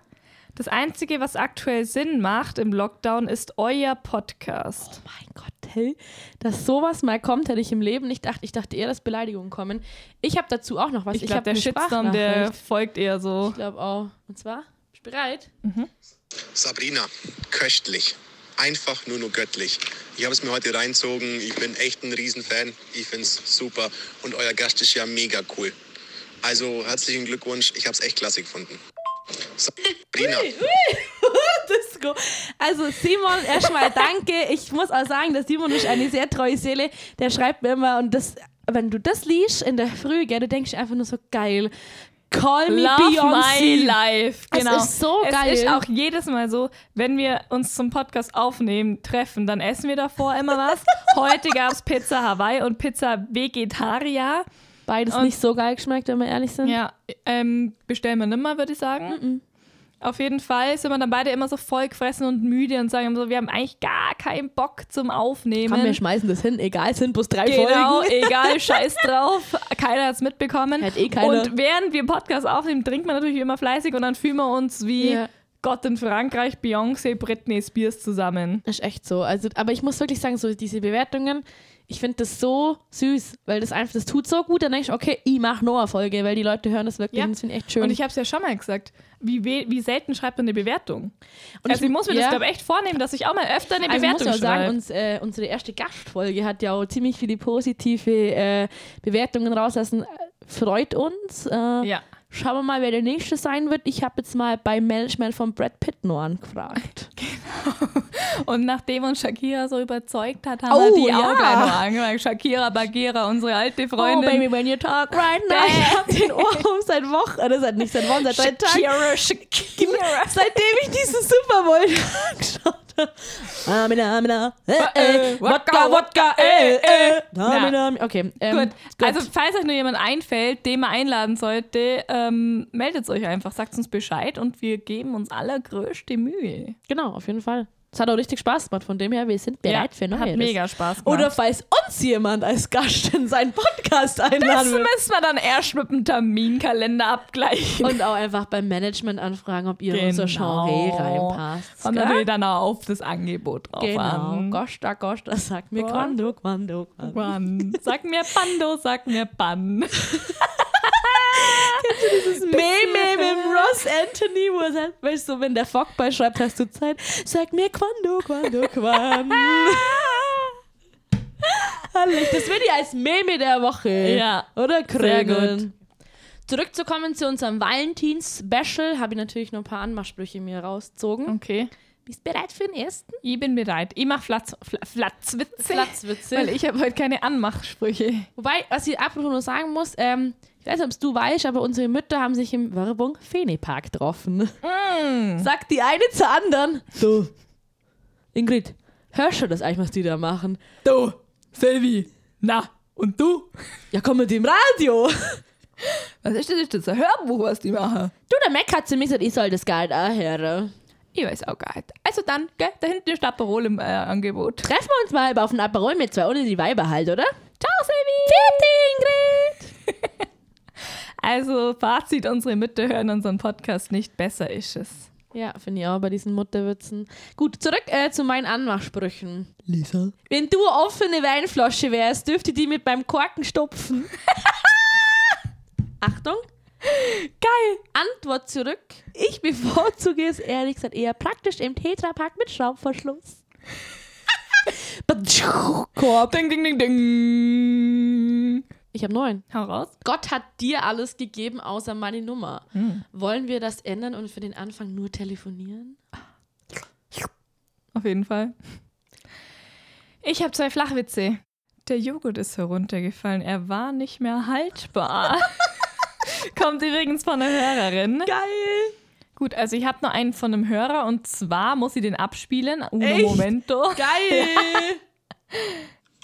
C: das Einzige, was aktuell Sinn macht im Lockdown, ist euer Podcast.
D: Mein Gott, hey, dass sowas mal kommt, hätte ich im Leben nicht gedacht. Ich dachte eher, dass Beleidigungen kommen. Also Ich habe dazu auch noch was.
C: ich glaube,
D: hab
C: der
D: eine
C: Shitstorm, der
D: Sprachnachricht.
C: folgt eher so.
D: Ich glaube auch. Und zwar, bist du bereit?
F: Sabrina, köstlich. Einfach nur nur göttlich. Ich habe es mir heute reinzogen. Ich bin echt ein Riesenfan. Ich finde es super. Und euer Gast ist ja mega cool. Also herzlichen Glückwunsch. Ich habe es echt klasse gefunden. Sabrina.
E: Disco. Also Simon, erstmal danke. Ich muss auch sagen, dass Simon ist eine sehr treue Seele. Der schreibt mir immer und das, wenn du das liest in der Früh, gell, du denkst einfach nur so geil. Call me
C: Love my
E: Beyoncé.
C: life.
E: Es
C: Genau.
E: ist so geil.
C: Es ist auch jedes Mal so, wenn wir uns zum Podcast aufnehmen, treffen, dann essen wir davor immer was. Heute gab es Pizza Hawaii und Pizza Vegetaria.
D: Beides
C: Und-
D: nicht so geil geschmeckt, wenn wir ehrlich sind.
C: Ja, ähm, bestellen wir nimmer, würde ich sagen. Auf jeden Fall sind wir dann beide immer so voll gefressen und müde und sagen immer so, wir haben eigentlich gar keinen Bock zum
D: Komm, wir
C: Aufnehmen.
D: schmeißen das hin. Egal, es sind bloß drei
C: Genau,
D: Folgen.
C: egal, scheiß drauf. Keiner hat's mitbekommen.
D: Hat eh keiner.
C: Und während wir Podcast aufnehmen, trinkt man natürlich immer fleißig und dann fühlen wir uns wie
D: Ja.
C: Gott in Frankreich, Beyoncé, Britney Spears zusammen.
D: Ist echt so. Also, aber ich muss wirklich sagen, so diese Bewertungen, ich finde das so süß, weil das einfach, das tut so gut. Dann denke ich, okay, ich mache noch eine Folge, weil die Leute hören das wirklich
C: Ja.
D: und das finde ich echt schön.
C: Und ich habe es ja schon mal gesagt, wie, we- wie selten schreibt man eine Bewertung? also ich,
D: ich-
C: muss mir
D: ja.
C: das, glaube ich, echt vornehmen, dass ich auch mal öfter eine
D: also ich muss
C: Bewertung
D: ja auch sagen,
C: schreibe.
D: uns, äh, unsere erste Gastfolge hat ja auch ziemlich viele positive äh, Bewertungen rauslassen. Äh, Freut uns. Äh,
C: ja.
D: Schauen wir mal, wer der nächste sein wird. Ich habe jetzt mal beim Management von Brad Pitt nur angefragt.
C: Und nachdem uns Shakira so überzeugt hat, haben
D: Oh,
C: wir die
D: ja.
C: auch gleich noch angemacht. Shakira Bagheera, unsere alte
D: Oh,
C: Freundin.
D: baby, when you talk right now. Ich hab den Ohrwurm seit Wochen, oder seit nicht seit Wochen, seit drei Tagen.
C: Shakira.
D: Seitdem ich diesen Super Bowl angeschaut habe. Amina, amina, äh, äh, Wodka, Wodka,
C: eh,
D: äh, äh, amina, amina. Okay, ähm,
C: Gut. Also, falls euch nur jemand einfällt, den man einladen sollte, ähm, meldet euch einfach, sagt uns Bescheid und wir geben uns allergrößte Mühe.
D: genau, auf jeden Fall. Es hat auch richtig Spaß gemacht, von dem her, wir sind bereit für Neues.
C: Hat mega Spaß gemacht.
E: Oder falls uns jemand als Gast in seinen Podcast
C: das
E: einladen will.
C: müssen wir dann erst mit dem Terminkalender abgleichen.
D: Und auch einfach beim Management anfragen, ob ihr in unser
C: Genau.
D: Genre reinpasst.
C: Kommt natürlich dann auch auf das Angebot drauf
D: Genau,
C: an.
D: Gosta, Gosta, sag mir Quando, Quando, Quando.
C: Pan. Sag mir Pando, sag mir Pan.
D: Meme mit Ross Anthony, wo er sagt, weißt du, wenn der Fock beischreibt, hast du Zeit, sag mir Quando, Quando, Quando. Herrlich, das wird ja als Meme der Woche.
C: Ja.
D: Oder
C: gut.
D: Krögen. Zurückzukommen zu unserem Valentins-Special, habe ich natürlich noch ein paar Anmachsprüche mir rausgezogen.
C: Okay.
D: Bist bereit für den ersten?
C: Ich bin bereit. Ich mache Flatz, Fla- Flatzwitze.
D: Platzwitze.
C: Weil ich habe heute keine Anmachsprüche.
D: Wobei, was ich apropos nur sagen muss, ähm, ich weiß nicht, ob du weißt, aber unsere Mütter haben sich im Werbung Fenepark getroffen. Sagt die eine zur anderen. Du. Ingrid, hörst du das eigentlich, was die da machen?
C: Du, Silvi. Na, und du?
D: Ja, komm mit dem Radio.
C: Was ist das? Ist das ein Hörbuch, was die machen?
D: Du, der Mac hat zu mir gesagt, ich soll das gar nicht anhören.
C: Ich weiß auch gar nicht. Also dann, gell, da hinten ist Aperol im äh, Angebot.
D: Treffen wir uns mal auf den Aperol mit zwei ohne die Weiber halt, oder? Ciao, Silvi. Vierte Ingrid.
C: Also, Fazit, unsere Mütter hören unseren Podcast nicht. Besser ist es.
D: Ja, finde ich auch bei diesen Mutterwitzen. Gut, zurück äh, zu meinen Anmachsprüchen.
E: Lisa.
D: Wenn du eine offene Weinflasche wärst, dürfte ich die mit meinem Korken stopfen. Achtung. Geil. Antwort zurück. Ich bevorzuge es ehrlich gesagt eher praktisch im Tetrapack mit Schraubverschluss. Korb.
C: Ding, ding, ding, ding.
D: Ich habe neun.
C: Hau raus.
D: Gott hat dir alles gegeben, außer meine Nummer. Wollen wir das ändern und für den Anfang nur telefonieren?
C: Auf jeden Fall. Ich habe zwei Flachwitze. Der Joghurt ist heruntergefallen. Er war nicht mehr haltbar. Kommt übrigens von einer Hörerin.
E: Geil.
C: Gut, also ich habe noch einen von einem Hörer und zwar muss ich den abspielen. Uno
E: Echt?
C: momento.
E: Geil.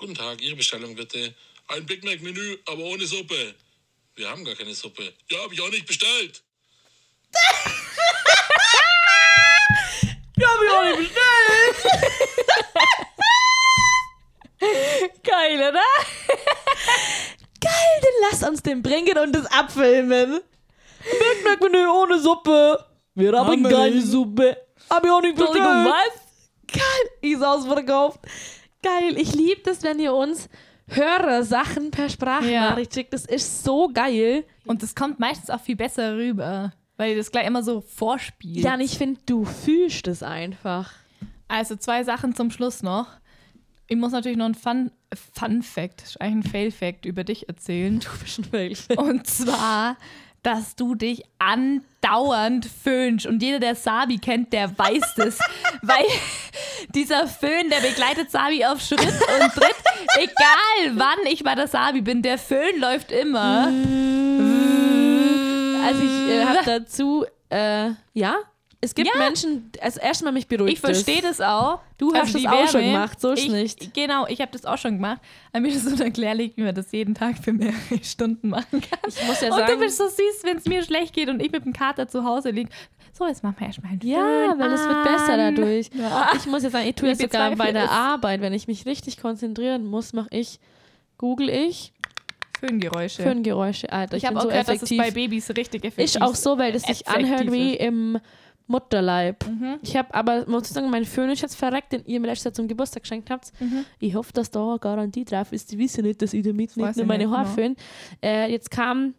F: Guten Tag, Ihre Bestellung bitte.
G: Ein Big Mac-Menü, aber ohne Suppe. Wir haben gar keine Suppe. Ja, habe ich auch nicht bestellt.
D: Geil, oder?
E: Dann lass uns den bringen und das abfilmen. Big Mac Menü ohne Suppe. Wir haben
C: Haben wir
E: keine
C: nicht.
E: Suppe. Hab ich auch nicht bestellt.
D: Entschuldigung,
E: Geil. Ist ausverkauft.
D: Geil, ich liebe das, wenn ihr uns Hörersachen per Sprachnachricht schickt. Das ist so geil.
C: Und das kommt meistens auch viel besser rüber, weil ihr das gleich immer so vorspielt.
D: Jan, ich finde, du fühlst es einfach.
C: Also zwei Sachen zum Schluss noch. Ich muss natürlich noch ein Fun, Fun Fact, ist eigentlich ein Fail Fact über dich erzählen.
D: Du bist ein Welch.
C: Und zwar, dass du dich andauernd föhnst. Und jeder, der Sabi kennt, der weiß das. weil dieser Föhn, der begleitet Sabi auf Schritt und Tritt. Egal wann ich bei der Sabi bin, der Föhn läuft immer.
D: Hm, Also ich äh, habe dazu, äh, ja, es gibt
C: Ja.
D: Menschen, also erstmal mich beruhigt
C: Ich verstehe das auch. Also
D: Du hast
C: die
D: das auch schon
C: Wärme.
D: gemacht, so ist
C: ich,
D: nicht.
C: Genau, ich habe das auch schon gemacht. An mir ist unerklärlich, wie man das jeden Tag für mehrere Stunden machen kann.
D: Ich muss ja
C: und
D: sagen-
C: du bist so süß, wenn es mir schlecht geht und ich mit dem Kater zu Hause liege. So, jetzt machen wir erstmal einen
D: Ja,
C: Föhn
D: weil es wird
C: an.
D: besser dadurch. Ich muss ja sagen, ich tue
C: Ich
D: das sogar bei
C: bezweifle
D: der
C: es.
D: Arbeit, wenn ich mich richtig konzentrieren muss, mache ich, google ich
C: Föhngeräusche.
D: Föhngeräusche. Alter, ich,
C: Ich habe
D: bin
C: auch
D: so
C: gehört,
D: effektiv.
C: dass es bei Babys richtig effektiv
D: Ist auch so, weil das sich
C: effektiv
D: anhört wie
C: ist. Mhm.
D: im Mutterleib. Ich habe aber, muss ich sagen, mein Föhn ist jetzt verreckt, den ihr mir letztes Jahr zum Geburtstag geschenkt habt.
C: Mhm.
D: Ich hoffe, dass da eine Garantie drauf ist. Die wissen nicht, dass ich damit
C: weiß
D: nicht nur
C: ich
D: meine
C: nicht,
D: Haare
C: ne?
D: föhne. Äh, jetzt kam,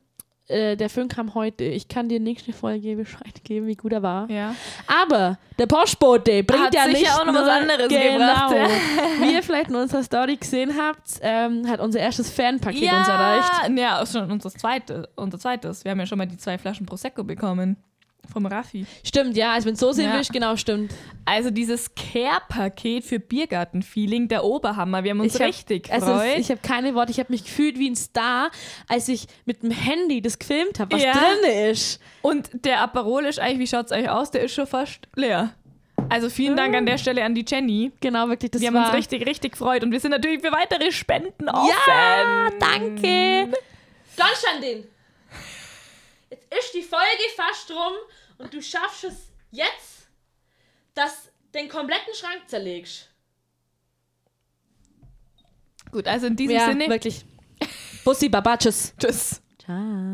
D: äh, der Föhn kam heute. Ich kann dir nächste Folge Bescheid geben, wie gut er war.
C: Ja.
D: Aber der Postbote bringt
C: Hat
D: ja
C: sicher
D: nicht
C: auch noch was
D: nur-
C: anderes
D: genau.
C: gebracht.
D: Wie ihr vielleicht in unserer Story gesehen habt, ähm, hat unser erstes Fanpaket uns erreicht.
C: Ja, ist schon unser zweites, unser zweites. Wir haben ja schon mal die zwei Flaschen Prosecco bekommen. Vom Raffi.
D: Stimmt, ja, also wenn so sehen
C: Ja.
D: willst, genau, stimmt.
C: Also dieses Care-Paket für Biergarten-Feeling, der Oberhammer. Wir haben uns
D: Ich hab-
C: richtig
D: also
C: gefreut.
D: Ich habe keine Worte, ich habe mich gefühlt wie ein Star, als ich mit dem Handy das gefilmt habe, was
C: Ja.
D: drin ist.
C: Und der Aperol ist eigentlich, wie schaut es eigentlich aus? Der ist schon fast leer. Also vielen Dank an der Stelle an die Jenny.
D: Genau, wirklich, das
C: Wir haben
D: war...
C: uns richtig, richtig gefreut und wir sind natürlich für weitere Spenden offen.
D: ja, danke. Deutschlandin, jetzt ist die Folge fast rum und du schaffst es jetzt, dass den kompletten Schrank zerlegst.
C: Gut, also in diesem
D: Ja,
C: also Sinne.
D: wirklich. Bussi, Babatsches.
C: Tschüss.
D: Ciao.